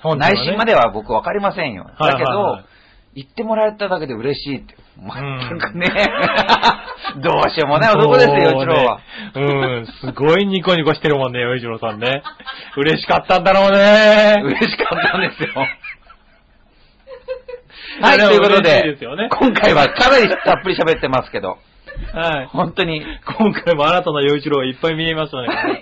Speaker 1: 本人はね
Speaker 2: 内心までは僕分かりませんよ。
Speaker 1: はい
Speaker 2: だけど、
Speaker 1: はいはい
Speaker 2: 言ってもらえただけで嬉しいって。全くね、 どうしようもない
Speaker 1: そう
Speaker 2: 男ですよ、一郎は。
Speaker 1: ねうん、すごいニコニコしてるもんね、洋一郎さん ね。嬉しかったんだろうね。
Speaker 2: 嬉しかったんですよ。
Speaker 1: や
Speaker 2: はい、ということ
Speaker 1: 嬉
Speaker 2: で
Speaker 1: しいですよね
Speaker 2: 今回はかなりたっぷり喋ってますけど、
Speaker 1: はい。
Speaker 2: 本当に。
Speaker 1: 今回も新たな洋一郎がいっぱい見えましたね。
Speaker 2: はい。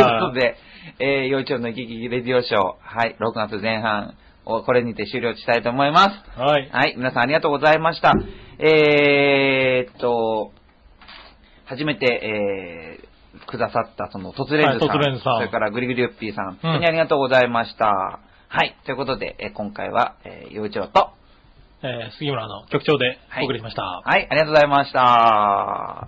Speaker 2: ということで、えー、幼稚園のイキキキレディオショー、はい、6月前半をこれにて終了したいと思います。
Speaker 1: はい。
Speaker 2: はい、皆さんありがとうございました。えーっと、初めて、えー、くださった、その、突然図さん、
Speaker 1: はい突然図さん
Speaker 2: それからグリグリよっぴーさん、本当
Speaker 1: うん
Speaker 2: にありがとうございました。はい、ということで、えー今回は、えー、幼稚園と、
Speaker 1: えー杉村の局長でお送りしました。
Speaker 2: はい、ありがとうございました。